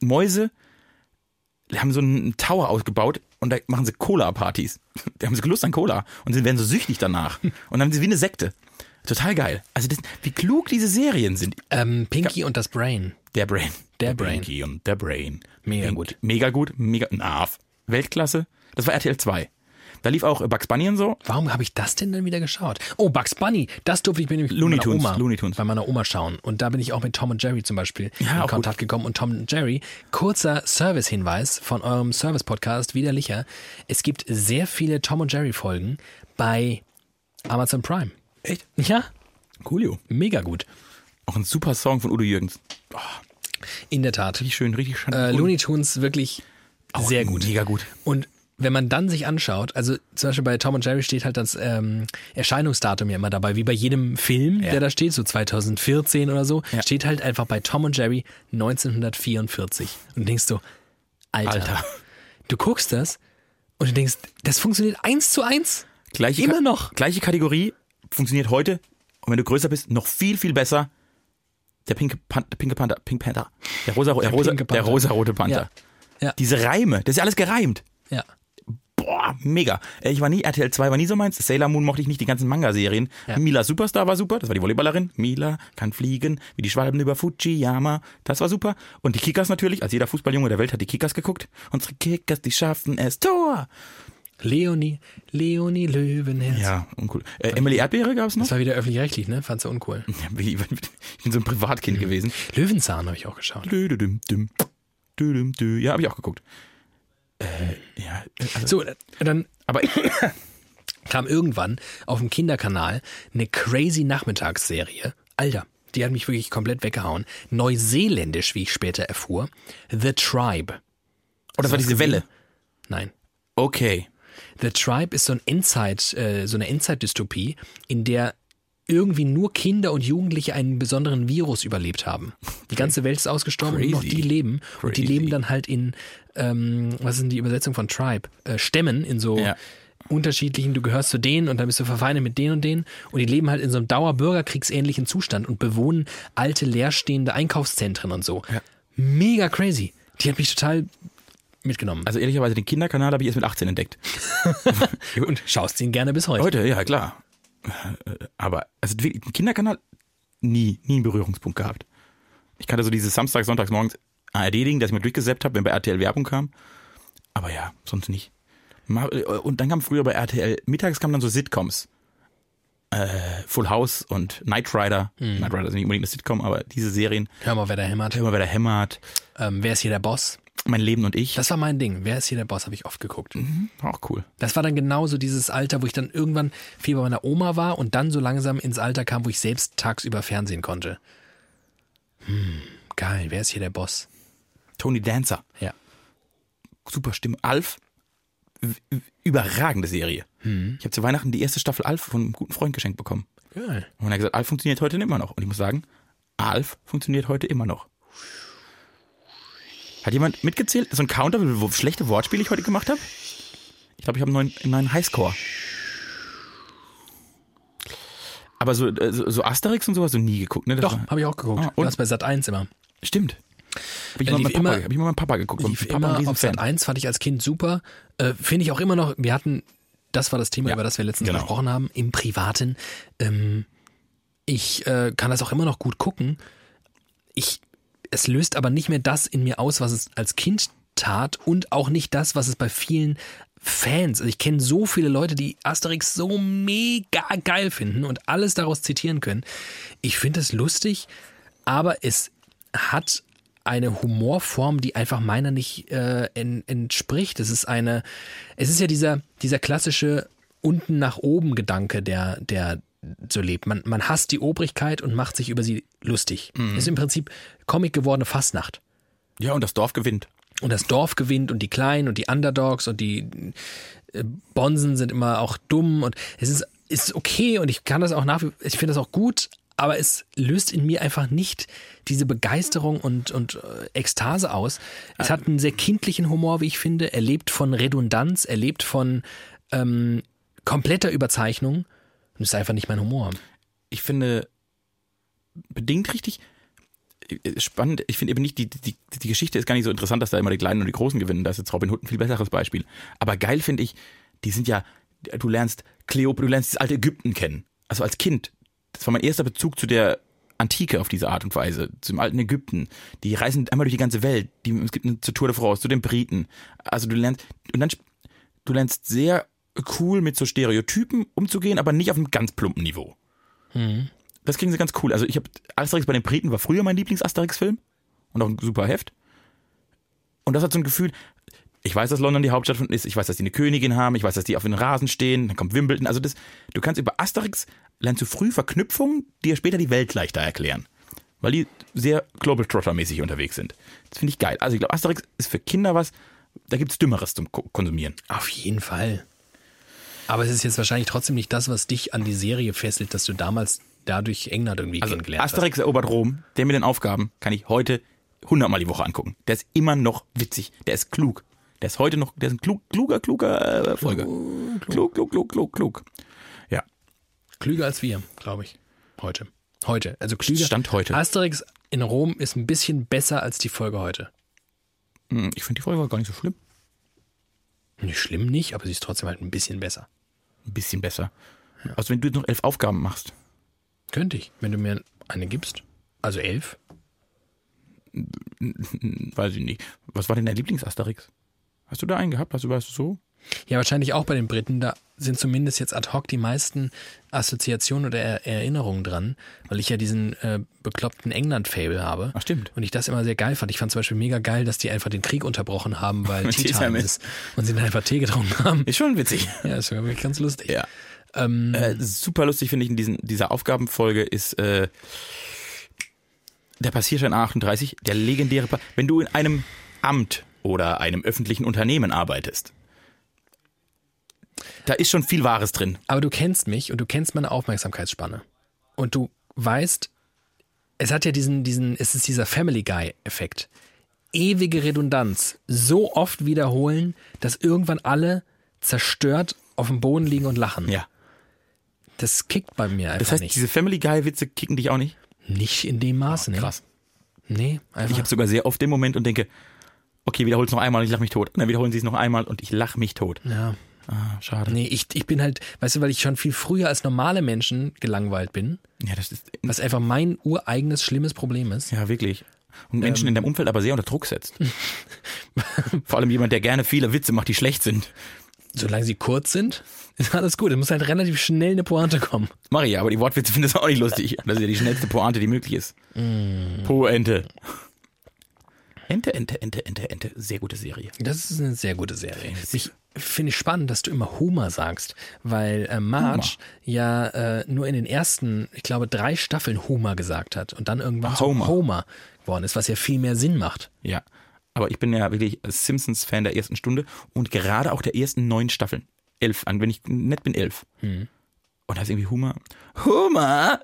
B: Mäuse die haben so einen Tower ausgebaut und da machen sie Cola-Partys. Da haben sie Lust an Cola und sie werden so süchtig danach. Und dann haben sie wie eine Sekte. Total geil. Also, das, wie klug diese Serien sind.
A: Ähm, Pinky und das Brain.
B: Der Brain.
A: Der Brain.
B: Pinky und der Brain.
A: Mega
B: Pink-
A: gut.
B: Mega gut, mega. Na, Weltklasse. Das war RTL 2. Da lief auch Bugs Bunny und so.
A: Warum habe ich das denn dann wieder geschaut? Oh, Bugs Bunny, das durfte ich mir nämlich
B: Looney
A: bei meiner
B: Tunes,
A: Oma,
B: Looney Tunes.
A: bei meiner Oma schauen. Und da bin ich auch mit Tom und Jerry zum Beispiel
B: Ja,
A: in
B: auch
A: Kontakt gekommen. Und Tom und Jerry, kurzer Service-Hinweis von eurem Service-Podcast, widerlicher. Es gibt sehr viele Tom und Jerry-Folgen bei Amazon Prime.
B: Echt?
A: Ja,
B: Coolio.
A: mega gut.
B: Auch ein super Song von Udo Jürgens. Oh,
A: In der Tat.
B: richtig schön, richtig schön.
A: Äh, Looney Tunes wirklich
B: Auch
A: sehr gut.
B: Mega gut.
A: Und wenn man dann sich anschaut, also zum Beispiel bei Tom und Jerry steht halt das ähm, Erscheinungsdatum ja immer dabei, wie bei jedem Film, der da steht, so 2014 oder so,
B: Ja.
A: steht halt einfach bei Tom und Jerry 1944. Und denkst du, Alter,
B: Alter.
A: du guckst das und du denkst, das funktioniert eins zu eins.
B: Gleiche
A: Immer
B: Ka-
A: noch.
B: Gleiche Kategorie. Funktioniert heute. Und wenn du größer bist, noch viel, viel besser. Der pinke, Pan der pinke Panther. Pink Panther. Der, rosa, der, rosa,
A: pinke
B: der
A: Panther.
B: rosarote Panther.
A: Ja. Ja.
B: Diese Reime. Das ist ja alles gereimt.
A: Ja.
B: Boah, mega. Äh, Ich war nie, RTL 2 war nie so meins. Sailor Moon mochte ich nicht, die ganzen Manga-Serien.
A: Ja.
B: Mila Superstar war super, das war die Volleyballerin. Mila kann fliegen, wie die Schwalben über Fujiyama. Das war super. Und die Kickers natürlich, als jeder Fußballjunge der Welt hat die Kickers geguckt. Unsere Kickers, die schaffen es. Tor!
A: Leonie, Leonie Löwenherz.
B: Ja, uncool. Äh, Emily Erdbeere gab's noch?
A: Das war wieder öffentlich-rechtlich, ne? Fandst du uncool.
B: Ich bin so ein Privatkind gewesen.
A: Löwenzahn habe ich auch geschaut.
B: Dü, dü, düm, düm. Dü, düm, dü. Ja, habe ich auch geguckt. Äh, ja, also,
A: So, dann
B: aber oh,
A: kam irgendwann auf dem Kinderkanal eine crazy Nachmittagsserie. Alter, die hat mich wirklich komplett weggehauen. Neuseeländisch, wie ich später erfuhr. The Tribe.
B: oh, das war diese Welle.
A: Nein.
B: Okay.
A: The Tribe ist so, ein Endzeit, äh, so eine Endzeit-Dystopie, in der irgendwie nur Kinder und Jugendliche einen besonderen Virus überlebt haben. Die ganze Welt ist ausgestorben und noch
B: Crazy.
A: die leben. Und die
B: Crazy.
A: leben dann halt in, ähm, was ist denn die Übersetzung von Tribe? Äh, Stämmen in so
B: Ja.
A: unterschiedlichen, du gehörst zu denen und dann bist du verfeindet mit denen und denen. Und die leben halt in so einem Dauerbürgerkriegsähnlichen Zustand und bewohnen alte, leerstehende Einkaufszentren und so. Mega crazy. Die hat mich total mitgenommen.
B: Also ehrlicherweise, den Kinderkanal habe ich erst mit 18 entdeckt.
A: und schaust ihn gerne bis heute.
B: Heute, ja, klar. Äh, Aber, also wirklich, den Kinderkanal nie, nie einen Berührungspunkt gehabt. Ich kannte so dieses Samstag, Sonntags morgens ARD-Ding, das ich mir durchgesäppt habe, wenn bei RTL Werbung kam. Aber ja, sonst nicht. Ma- äh, Und dann kam früher bei RTL, mittags kamen dann so Sitcoms. Äh, Full House und Knight Rider. Knight Rider ist nicht unbedingt eine Sitcom, aber diese Serien.
A: Mhm. Hör mal, wer da hämmert.
B: Immer wieder hämmert.
A: Ähm, wer ist hier der Boss?
B: Mein Leben und ich.
A: Das war mein Ding. Wer ist hier der Boss? Habe ich oft geguckt.
B: war auch cool.
A: Das war dann genauso dieses Alter, wo ich dann irgendwann viel bei meiner Oma war und dann so langsam ins Alter kam, wo ich selbst tagsüber fernsehen konnte. Hm, geil. Wer ist hier der Boss?
B: Tony Dancer.
A: Ja.
B: super Stimme. Alf, w- überragende Serie.
A: Mhm.
B: Ich habe zu Weihnachten die erste Staffel Alf von einem guten Freund geschenkt bekommen.
A: Geil.
B: Und er hat gesagt, Alf funktioniert heute immer noch. Und ich muss sagen, Alf funktioniert heute immer noch. Hat jemand mitgezählt? So ein Counter, wie wo- schlechte Wortspiele ich heute gemacht habe? Ich glaube, ich habe einen neuen, einen neuen Highscore. Aber so, äh, so so Asterix und sowas so nie geguckt, ne? Das
A: Doch,
B: war-
A: habe ich auch geguckt.
B: Ah, und?
A: das bei Sat 1 immer.
B: Stimmt. Hab ich,
A: Äh,
B: mal
A: lief
B: mit Papa,
A: immer-
B: hab ich mal mit Papa geguckt. weil
A: Lief
B: Papa ein
A: immer auf
B: Riesenfan.
A: Sat 1 fand ich als Kind super. Äh, Finde ich auch immer noch, wir hatten, das war das Thema,
B: Ja,
A: über das wir letztens
B: genau.
A: gesprochen haben, im Privaten. Ähm, ich äh, kann das auch immer noch gut gucken. Ich, es löst aber nicht mehr das in mir aus, was es als Kind tat und auch nicht das, was es bei vielen Fans, also ich kenne so viele Leute, die Asterix so mega geil finden und alles daraus zitieren können. Ich finde es lustig, aber es hat eine Humorform, die einfach meiner nicht äh, en, entspricht. Es ist eine, es ist ja dieser, dieser klassische unten nach oben Gedanke, der, der so lebt. Man, man hasst die Obrigkeit und macht sich über sie lustig. Ist im Prinzip Comic gewordene Fastnacht.
B: Ja, und das Dorf gewinnt.
A: Und das Dorf gewinnt und die Kleinen und die Underdogs und die äh, Bonsen sind immer auch dumm und es ist, ist okay und ich kann das auch nach wie ich finde das auch gut, aber es löst in mir einfach nicht diese Begeisterung und, und äh, Ekstase aus. Es hat einen sehr kindlichen Humor, wie ich finde. Er lebt von Redundanz, er lebt von ähm, kompletter Überzeichnung und ist einfach nicht mein Humor.
B: ich finde bedingt richtig äh, spannend. Ich finde eben nicht, die, die, die Geschichte ist gar nicht so interessant, dass da immer die Kleinen und die Großen gewinnen. Da ist jetzt Robin Hood ein viel besseres Beispiel. Aber geil finde ich, die sind ja, du lernst Kleop, du lernst das alte Ägypten kennen. Also als Kind. Das war mein erster Bezug zu der Antike auf diese Art und Weise, zum alten Ägypten. Die reisen einmal durch die ganze Welt. Die, es gibt eine zur Tour de France, zu den Briten. Also du lernst, und dann, sp- du lernst sehr cool mit so Stereotypen umzugehen, aber nicht auf einem ganz plumpen Niveau. Das kriegen sie ganz cool. Also ich habe Asterix bei den Briten war früher mein Lieblings-Asterix-Film und auch ein super Heft. Und das hat so ein Gefühl, ich weiß, dass London die Hauptstadt von ist, ich weiß, dass die eine Königin haben, ich weiß, dass die auf den Rasen stehen, dann kommt Wimbledon. Also das, du kannst über Asterix, lernst du früh Verknüpfungen, die dir später die Welt leichter erklären. Weil die sehr Globaltrotter-mäßig unterwegs sind. Das finde ich geil. Also ich glaube, Asterix ist für Kinder was, da gibt's Dümmeres zum Ko- Konsumieren.
A: Auf jeden Fall. Aber es ist jetzt wahrscheinlich trotzdem nicht das, was dich an die Serie fesselt, dass du damals dadurch England irgendwie
B: Also
A: kennengelernt hast.
B: Asterix erobert Rom, der mit den Aufgaben kann ich heute hundertmal die Woche angucken. Der ist immer noch witzig, der ist klug. Der ist heute noch, der ist ein klug, kluger, kluger äh, Folge. Klug, klug, klug, klug, klug. Ja.
A: Klüger als wir, glaube ich. Heute. Heute. Also klüger.
B: Stand heute.
A: Asterix in Rom ist ein bisschen besser als die Folge heute.
B: Hm, Ich finde die Folge gar nicht so schlimm.
A: Nicht schlimm nicht, aber sie ist trotzdem halt ein bisschen besser.
B: Ein bisschen besser. Also wenn du jetzt noch elf Aufgaben machst,
A: Könnte ich, wenn du mir eine gibst. Also elf.
B: hm, weiß ich nicht. Was war denn dein Lieblings-Asterix? Hast du da einen gehabt? Hast du, weißt du so?
A: Ja, wahrscheinlich auch bei den Briten. Da sind zumindest jetzt ad hoc die meisten Assoziationen oder er Erinnerungen dran, weil ich ja diesen äh, bekloppten England-Fable habe.
B: Ach, stimmt.
A: Und ich das immer sehr geil fand. Ich fand zum Beispiel mega geil, dass die einfach den Krieg unterbrochen haben, weil Tea Time ist. Und sie dann einfach Tee getrunken haben.
B: Ist schon witzig.
A: Ja, ist wirklich ganz lustig.
B: Ja.
A: Ähm,
B: Äh, super lustig finde ich in diesen, dieser Aufgabenfolge ist äh, der Passierschein A38, der legendäre. Pa Wenn du in einem Amt oder einem öffentlichen Unternehmen arbeitest, da ist schon viel Wahres drin.
A: Aber du kennst mich und du kennst meine Aufmerksamkeitsspanne. Und du weißt, es hat ja diesen, diesen, es ist dieser Family Guy-Effekt. Ewige Redundanz. So oft wiederholen, dass irgendwann alle zerstört auf dem Boden liegen und lachen.
B: Ja.
A: Das kickt bei mir einfach
B: Das heißt,
A: nicht.
B: diese Family Guy Witze kicken dich auch nicht.
A: Nicht in dem Maße, ne?
B: Oh, krass.
A: Nee,
B: Ich
A: einfach.
B: habe sogar sehr oft den Moment und denke, okay, wiederhol's noch einmal und ich lache mich tot. Und dann wiederholen sie es noch einmal und ich lache mich tot.
A: ja.
B: Ah, schade.
A: Nee, ich, ich bin halt, weißt du, weil ich schon viel früher als normale Menschen gelangweilt bin,
B: Ja, das ist
A: was einfach mein ureigenes schlimmes Problem ist.
B: Ja, wirklich.
A: Ähm.
B: Und Menschen in deinem Umfeld aber sehr unter Druck setzt. Vor allem jemand, der gerne viele Witze macht, die schlecht sind.
A: Solange sie kurz sind, ist alles gut. Es muss halt relativ schnell eine Pointe kommen.
B: Maria, aber die Wortwitze findest du auch nicht lustig. Das ist ja die schnellste Pointe, die möglich ist.
A: Mm.
B: Poente. Ente, Ente, Ente, Ente, Ente. Sehr gute Serie.
A: Das ist eine sehr gute Serie. Ich finde ich spannend, dass du immer Homer sagst, weil äh, Marge ja äh, nur in den ersten, ich glaube, drei Staffeln Homer gesagt hat und dann irgendwann
B: Homer.
A: Homer, Homer geworden ist, was ja viel mehr Sinn macht.
B: Ja. Aber ich bin ja wirklich Simpsons-Fan der ersten Stunde und gerade auch der ersten neun Staffeln. Elf, an, wenn ich nett bin, elf.
A: Hm.
B: Und da ist irgendwie Humor. Humor!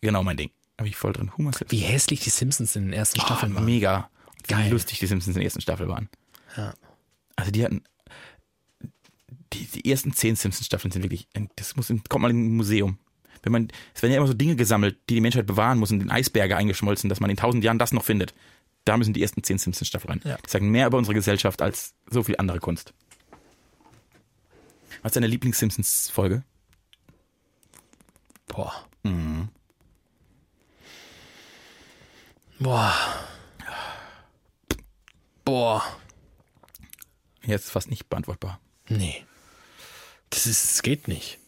B: Genau mein Ding. Da bin ich voll drin. Humor
A: Wie hässlich die Simpsons in den ersten Staffeln waren.
B: Mega. Und
A: Geil.
B: Wie lustig die Simpsons in der ersten Staffel waren.
A: Ja.
B: Also die hatten. Die, die ersten zehn Simpsons-Staffeln sind wirklich. Das muss, in- kommt mal in ein Museum. Wenn man, es werden ja immer so Dinge gesammelt, die die Menschheit bewahren muss und in Eisberge eingeschmolzen, dass man in tausend Jahren das noch findet. Da müssen die ersten zehn Simpsons-Staffeln rein.
A: Ja.
B: Die sagen mehr über unsere Gesellschaft als so viel andere Kunst. Was ist deine Lieblings-Simpsons-Folge?
A: Boah. Mhm. Boah. Boah.
B: Ja, ist fast nicht beantwortbar.
A: Nee. Das, ist, das geht nicht.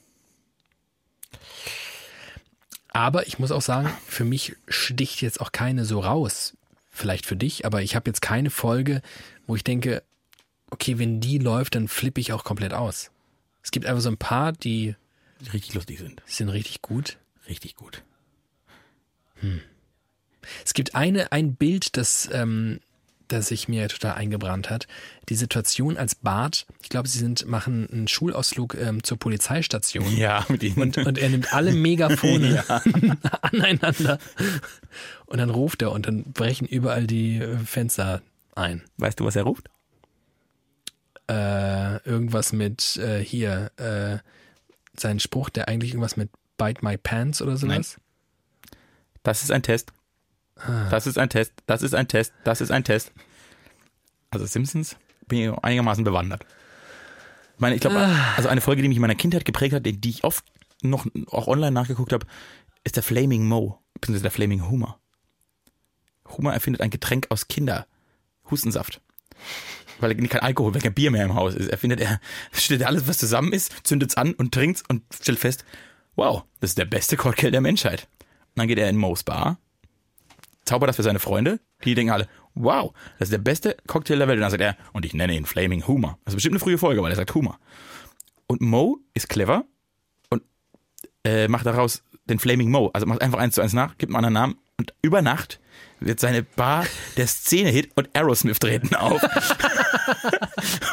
A: Aber ich muss auch sagen, für mich sticht jetzt auch keine so raus. Vielleicht für dich, aber ich habe jetzt keine Folge, wo ich denke, okay, wenn die läuft, dann flippe ich auch komplett aus. Es gibt einfach so ein paar, die
B: Die Richtig lustig sind.
A: sind richtig gut.
B: Richtig gut.
A: Es gibt eine, ein Bild, das, ähm, das sich mir total eingebrannt hat. Die Situation als Bart, ich glaube, sie sind, machen einen Schulausflug ähm, zur Polizeistation.
B: Ja, mit ihnen.
A: Und, und er nimmt alle Megafone aneinander. Und dann ruft er und dann brechen überall die äh, Fenster ein.
B: weißt du, was er ruft?
A: Äh, irgendwas mit äh, hier, äh, sein Spruch, der eigentlich irgendwas mit Bite My Pants oder sowas. Ah.
B: Das ist ein Test. Das ist ein Test. Das ist ein Test. Das ist ein Test. Also Simpsons bin ich einigermaßen bewandert. Ich meine, ich glaube,
A: Ah.
B: also eine Folge, die mich in meiner Kindheit geprägt hat, die die ich oft noch auch online nachgeguckt habe, ist der Flaming Mo, beziehungsweise der Flaming Humor. Humor erfindet ein Getränk aus Kinderhustensaft. Weil er kein Alkohol, weil kein Bier mehr im Haus ist. Erfindet er, stellt alles, was zusammen ist, zündet's an und trinkt's und stellt fest, wow, das ist der beste Cocktail der Menschheit. Und dann geht er in Mo's Bar, zaubert das für seine Freunde, die denken alle, wow, das ist der beste Cocktail der Welt. Und dann sagt er, und ich nenne ihn Flaming Humor. Das ist bestimmt eine frühe Folge, weil er sagt Humor. Und Mo ist clever und äh, macht daraus den Flaming Mo. Also macht einfach eins zu eins nach, gibt einem anderen Namen und über Nacht wird seine Bar der Szene-Hit und Aerosmith treten auf.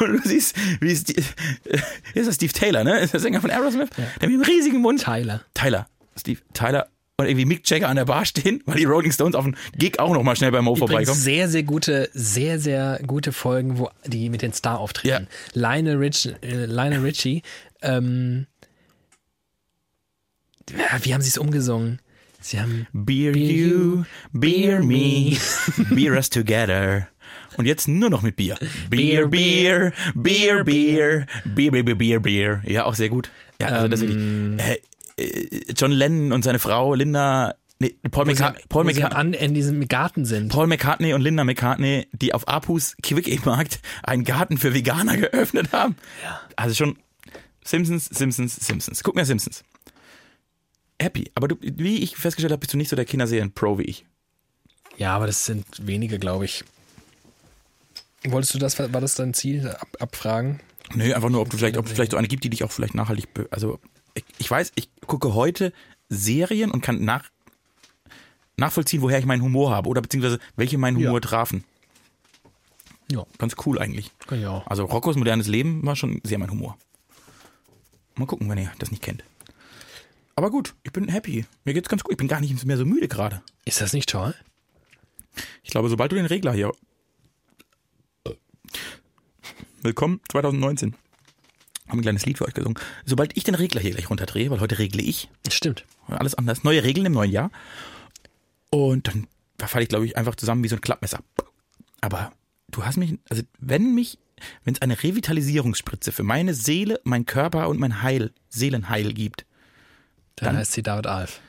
B: und du siehst, wie ist, die, ist das Steve Taylor, ne? Ist der Sänger von Aerosmith? Der mit einem riesigen Mund.
A: Tyler.
B: Tyler, Steve Tyler und irgendwie Mick Jagger an der Bar stehen, weil die Rolling Stones auf dem Gig auch nochmal schnell bei Mo
A: Übrigens
B: vorbeikommen.
A: sehr, sehr gute, sehr, sehr gute Folgen, wo die mit den Star auftreten. Lionel, Rich, äh, Lionel Richie, ähm, ja, wie haben sie es umgesungen? Sie haben
B: Beer you, beer me, beer us together. Und jetzt nur noch mit Bier. Beer, Beer, Beer, Beer, Beer, Beer, Beer, Beer, Beer. Ja, auch sehr gut. Ja, also das ist wirklich, äh, äh, John Lennon und seine Frau Linda, nee, Paul,
A: wo sie,
B: McCart Paul,
A: wo sie
B: McCart
A: am an, in diesem Garten sind.
B: Paul McCartney und Linda McCartney, die auf Apus Quick-E-Markt einen Garten für Veganer geöffnet haben. Also schon Simpsons, Simpsons, Simpsons. Guck mir Simpsons. Happy. Aber du, wie ich festgestellt habe, bist du nicht so der Kinderserien-Pro wie ich.
A: Ja, aber das sind wenige, glaube ich. Wolltest du das, war das dein Ziel, ab, abfragen?
B: Nö, einfach nur, ob du vielleicht, ob es vielleicht so eine gibt, die dich auch vielleicht nachhaltig. Be also ich, ich weiß, ich gucke heute Serien und kann nach nachvollziehen, woher ich meinen Humor habe oder beziehungsweise welche meinen Humor
A: Ja.
B: trafen.
A: Ja,
B: Ganz cool eigentlich.
A: kann ich auch.
B: Also Roccos modernes Leben war schon sehr mein Humor. Mal gucken, wenn ihr das nicht kennt. Aber gut, ich bin happy. Mir geht's ganz gut. Ich bin gar nicht mehr so müde gerade.
A: Ist das nicht toll?
B: Ich glaube, sobald du den Regler hier. Willkommen 2019. Haben ein kleines Lied für euch gesungen. Sobald ich den Regler hier gleich runterdrehe, weil heute regle ich
A: Stimmt.
B: alles anders. Neue Regeln im neuen Jahr. Und dann verfalle ich, glaube ich, einfach zusammen wie so ein Klappmesser. Aber du hast mich, also wenn mich, wenn es eine Revitalisierungsspritze für meine Seele, mein Körper und mein Heil, Seelenheil gibt
A: Dann,
B: Dann-
A: heißt sie David Alf.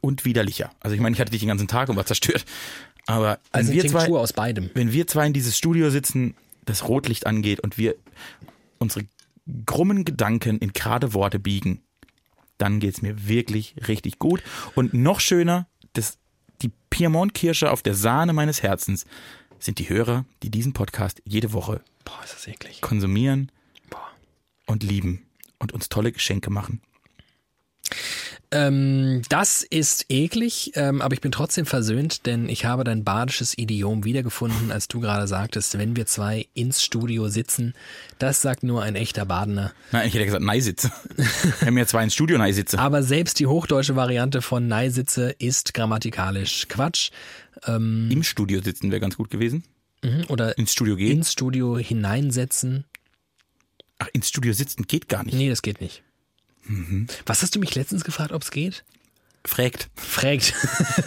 B: und widerlicher. Also ich meine, ich hatte dich den ganzen Tag und war zerstört. Aber
A: Also
B: wenn wir zwei,
A: Tinktur aus beidem.
B: wenn wir zwei in dieses Studio sitzen, das Rotlicht angeht und wir unsere krummen Gedanken in gerade Worte biegen, dann geht's mir wirklich richtig gut. Und noch schöner, das, die Piemont-Kirsche auf der Sahne meines Herzens sind die Hörer, die diesen Podcast jede Woche
A: Boah, ist das eklig.
B: konsumieren
A: Boah.
B: und lieben und uns tolle Geschenke machen.
A: Ähm, das ist eklig, ähm, aber ich bin trotzdem versöhnt, denn ich habe dein badisches Idiom wiedergefunden, als du gerade sagtest, wenn wir zwei ins Studio sitzen. Das sagt nur ein echter Badener.
B: Nein, ich hätte gesagt, Neisitze. Wenn wir zwar ins Studio Neisitze.
A: Aber selbst die hochdeutsche Variante von Neisitze ist grammatikalisch Quatsch. Ähm,
B: Im Studio sitzen wäre ganz gut gewesen.
A: mhm, oder
B: Ins Studio gehen.
A: ins Studio hineinsetzen.
B: Ach, ins Studio sitzen geht gar nicht.
A: Nee, das geht nicht. Was hast du mich letztens gefragt, ob es geht?
B: Fragt.
A: Fragt.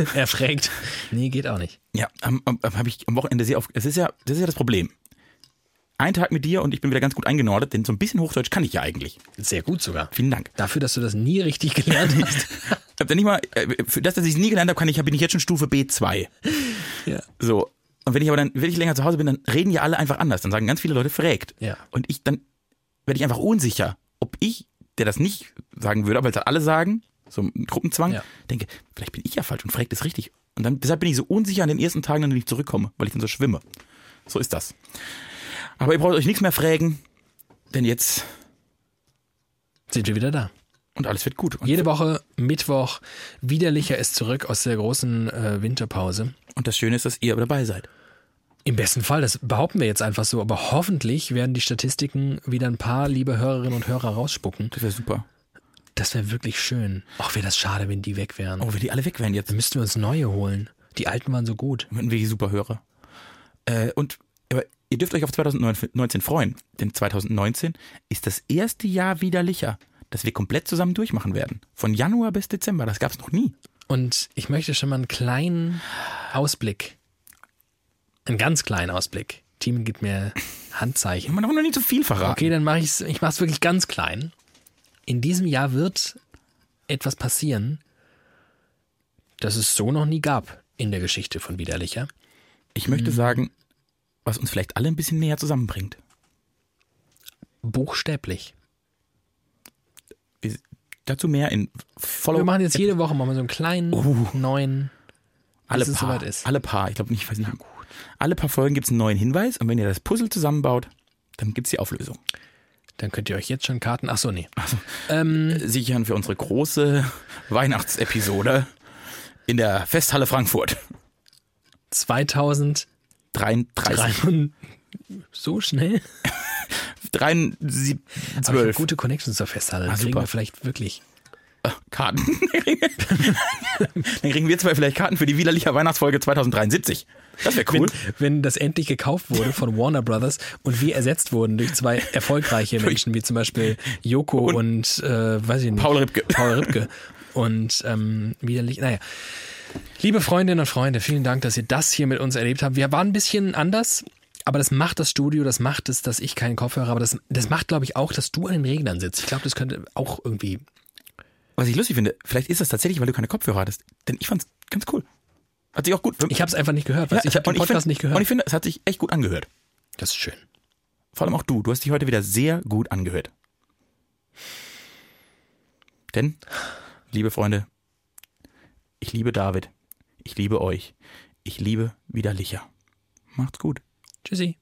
A: er fragt. Nee, geht auch nicht.
B: Ja, am, am, am, hab ich am Wochenende sehr auf. Es ist ja, das ist ja das Problem. Ein Tag mit dir und ich bin wieder ganz gut eingenordet, denn so ein bisschen Hochdeutsch kann ich ja eigentlich.
A: Sehr gut sogar.
B: Vielen Dank.
A: Dafür, dass du das nie richtig gelernt hast.
B: Ich hab da nicht mal, äh, für das, dass ich es nie gelernt habe, kann ich, bin ich jetzt schon Stufe B2.
A: ja.
B: So. Und wenn ich aber dann, wenn ich länger zu Hause bin, dann reden ja alle einfach anders. Dann sagen ganz viele Leute fragt.
A: Ja.
B: Und ich, dann werde ich einfach unsicher, ob ich, der das nicht sagen würde, aber jetzt halt alle sagen, so ein Gruppenzwang,
A: Ja.
B: denke, vielleicht bin ich ja falsch und fragt ist richtig. Und dann, deshalb bin ich so unsicher an den ersten Tagen, wenn ich zurückkomme, weil ich dann so schwimme. So ist das. Aber ihr braucht euch nichts mehr fragen, denn jetzt,
A: Sind wir wieder da.
B: und alles wird gut. Und,
A: Jede Woche Mittwoch. Widerlicher ist zurück aus der großen äh, Winterpause.
B: und das Schöne ist, dass ihr dabei seid.
A: Im besten Fall, das behaupten wir jetzt einfach so, aber hoffentlich werden die Statistiken wieder ein paar liebe Hörerinnen und Hörer rausspucken.
B: Das wäre super.
A: Das wäre wirklich schön. Auch wäre das schade, wenn die weg wären.
B: Oh, wenn die alle weg wären jetzt.
A: Dann müssten wir uns neue holen. Die alten waren so gut.
B: Wenn wir die super höre. Äh, und aber ihr dürft euch auf 2019 freuen, denn 2019 ist das erste Jahr widerlicher, das wir komplett zusammen durchmachen werden. Von Januar bis Dezember, das gab's noch nie.
A: Und ich möchte schon mal einen kleinen Ausblick. Einen ganz kleinen Ausblick. Team gibt mir Handzeichen.
B: Man darf noch nie zu viel verraten.
A: Okay, dann mache ich es. Ich mache es wirklich ganz klein. In diesem Jahr wird etwas passieren, das es so noch nie gab in der Geschichte von Widerlicher.
B: Ich
A: Mhm.
B: möchte sagen, was uns vielleicht alle ein bisschen näher zusammenbringt.
A: Buchstäblich.
B: Wir, dazu mehr in Follow
A: Wir machen jetzt jede Woche machen wir so einen kleinen neuen.
B: alle
A: bis es
B: paar,
A: soweit ist.
B: alle paar, ich glaube nicht, ich weiß nicht. Alle paar Folgen gibt's einen neuen Hinweis und wenn ihr das Puzzle zusammenbaut, dann gibt's die Auflösung.
A: Dann könnt ihr euch jetzt schon Karten. Ach so, nee.
B: sichern für unsere große Weihnachtsepisode in der Festhalle Frankfurt.
A: 2003.
B: 33,
A: So schnell.
B: 3,
A: Aber ich hab
B: 12
A: gute Connections zur Festhalle.
B: Ah,
A: Das kriegen
B: super.
A: wir vielleicht wirklich.
B: äh, Karten. Dann kriegen wir zwei vielleicht Karten für die widerliche Weihnachtsfolge 2073. Das wäre cool.
A: Wenn das endlich gekauft wurde von Warner Brothers und wir ersetzt wurden durch zwei erfolgreiche Menschen, wie zum Beispiel Joko und, äh, weiß ich nicht,
B: Paul Ripke.
A: Paul Ripke. Und ähm, widerlich, naja. Liebe Freundinnen und Freunde, vielen Dank, dass ihr das hier mit uns erlebt habt. Wir waren ein bisschen anders, aber das macht das Studio, das macht es, dass ich keinen Kopfhörer habe. Das, das macht, glaube ich, auch, dass du an den Reglern sitzt. Ich glaube, das könnte auch irgendwie.
B: Was ich lustig finde, vielleicht ist das tatsächlich, weil du keine Kopfhörer hattest. Denn ich fand's ganz cool. Hat sich auch gut.
A: Ich habe es einfach nicht gehört. weißt du? ich habe
B: und
A: den Podcast
B: find,
A: nicht
B: Und
A: gehört.
B: ich finde, es hat sich echt gut angehört.
A: Das ist schön.
B: Vor allem auch du. Du hast dich heute wieder sehr gut angehört. Denn, liebe Freunde, ich liebe David. Ich liebe euch. Ich liebe Widerlicher. Macht's gut.
A: Tschüssi.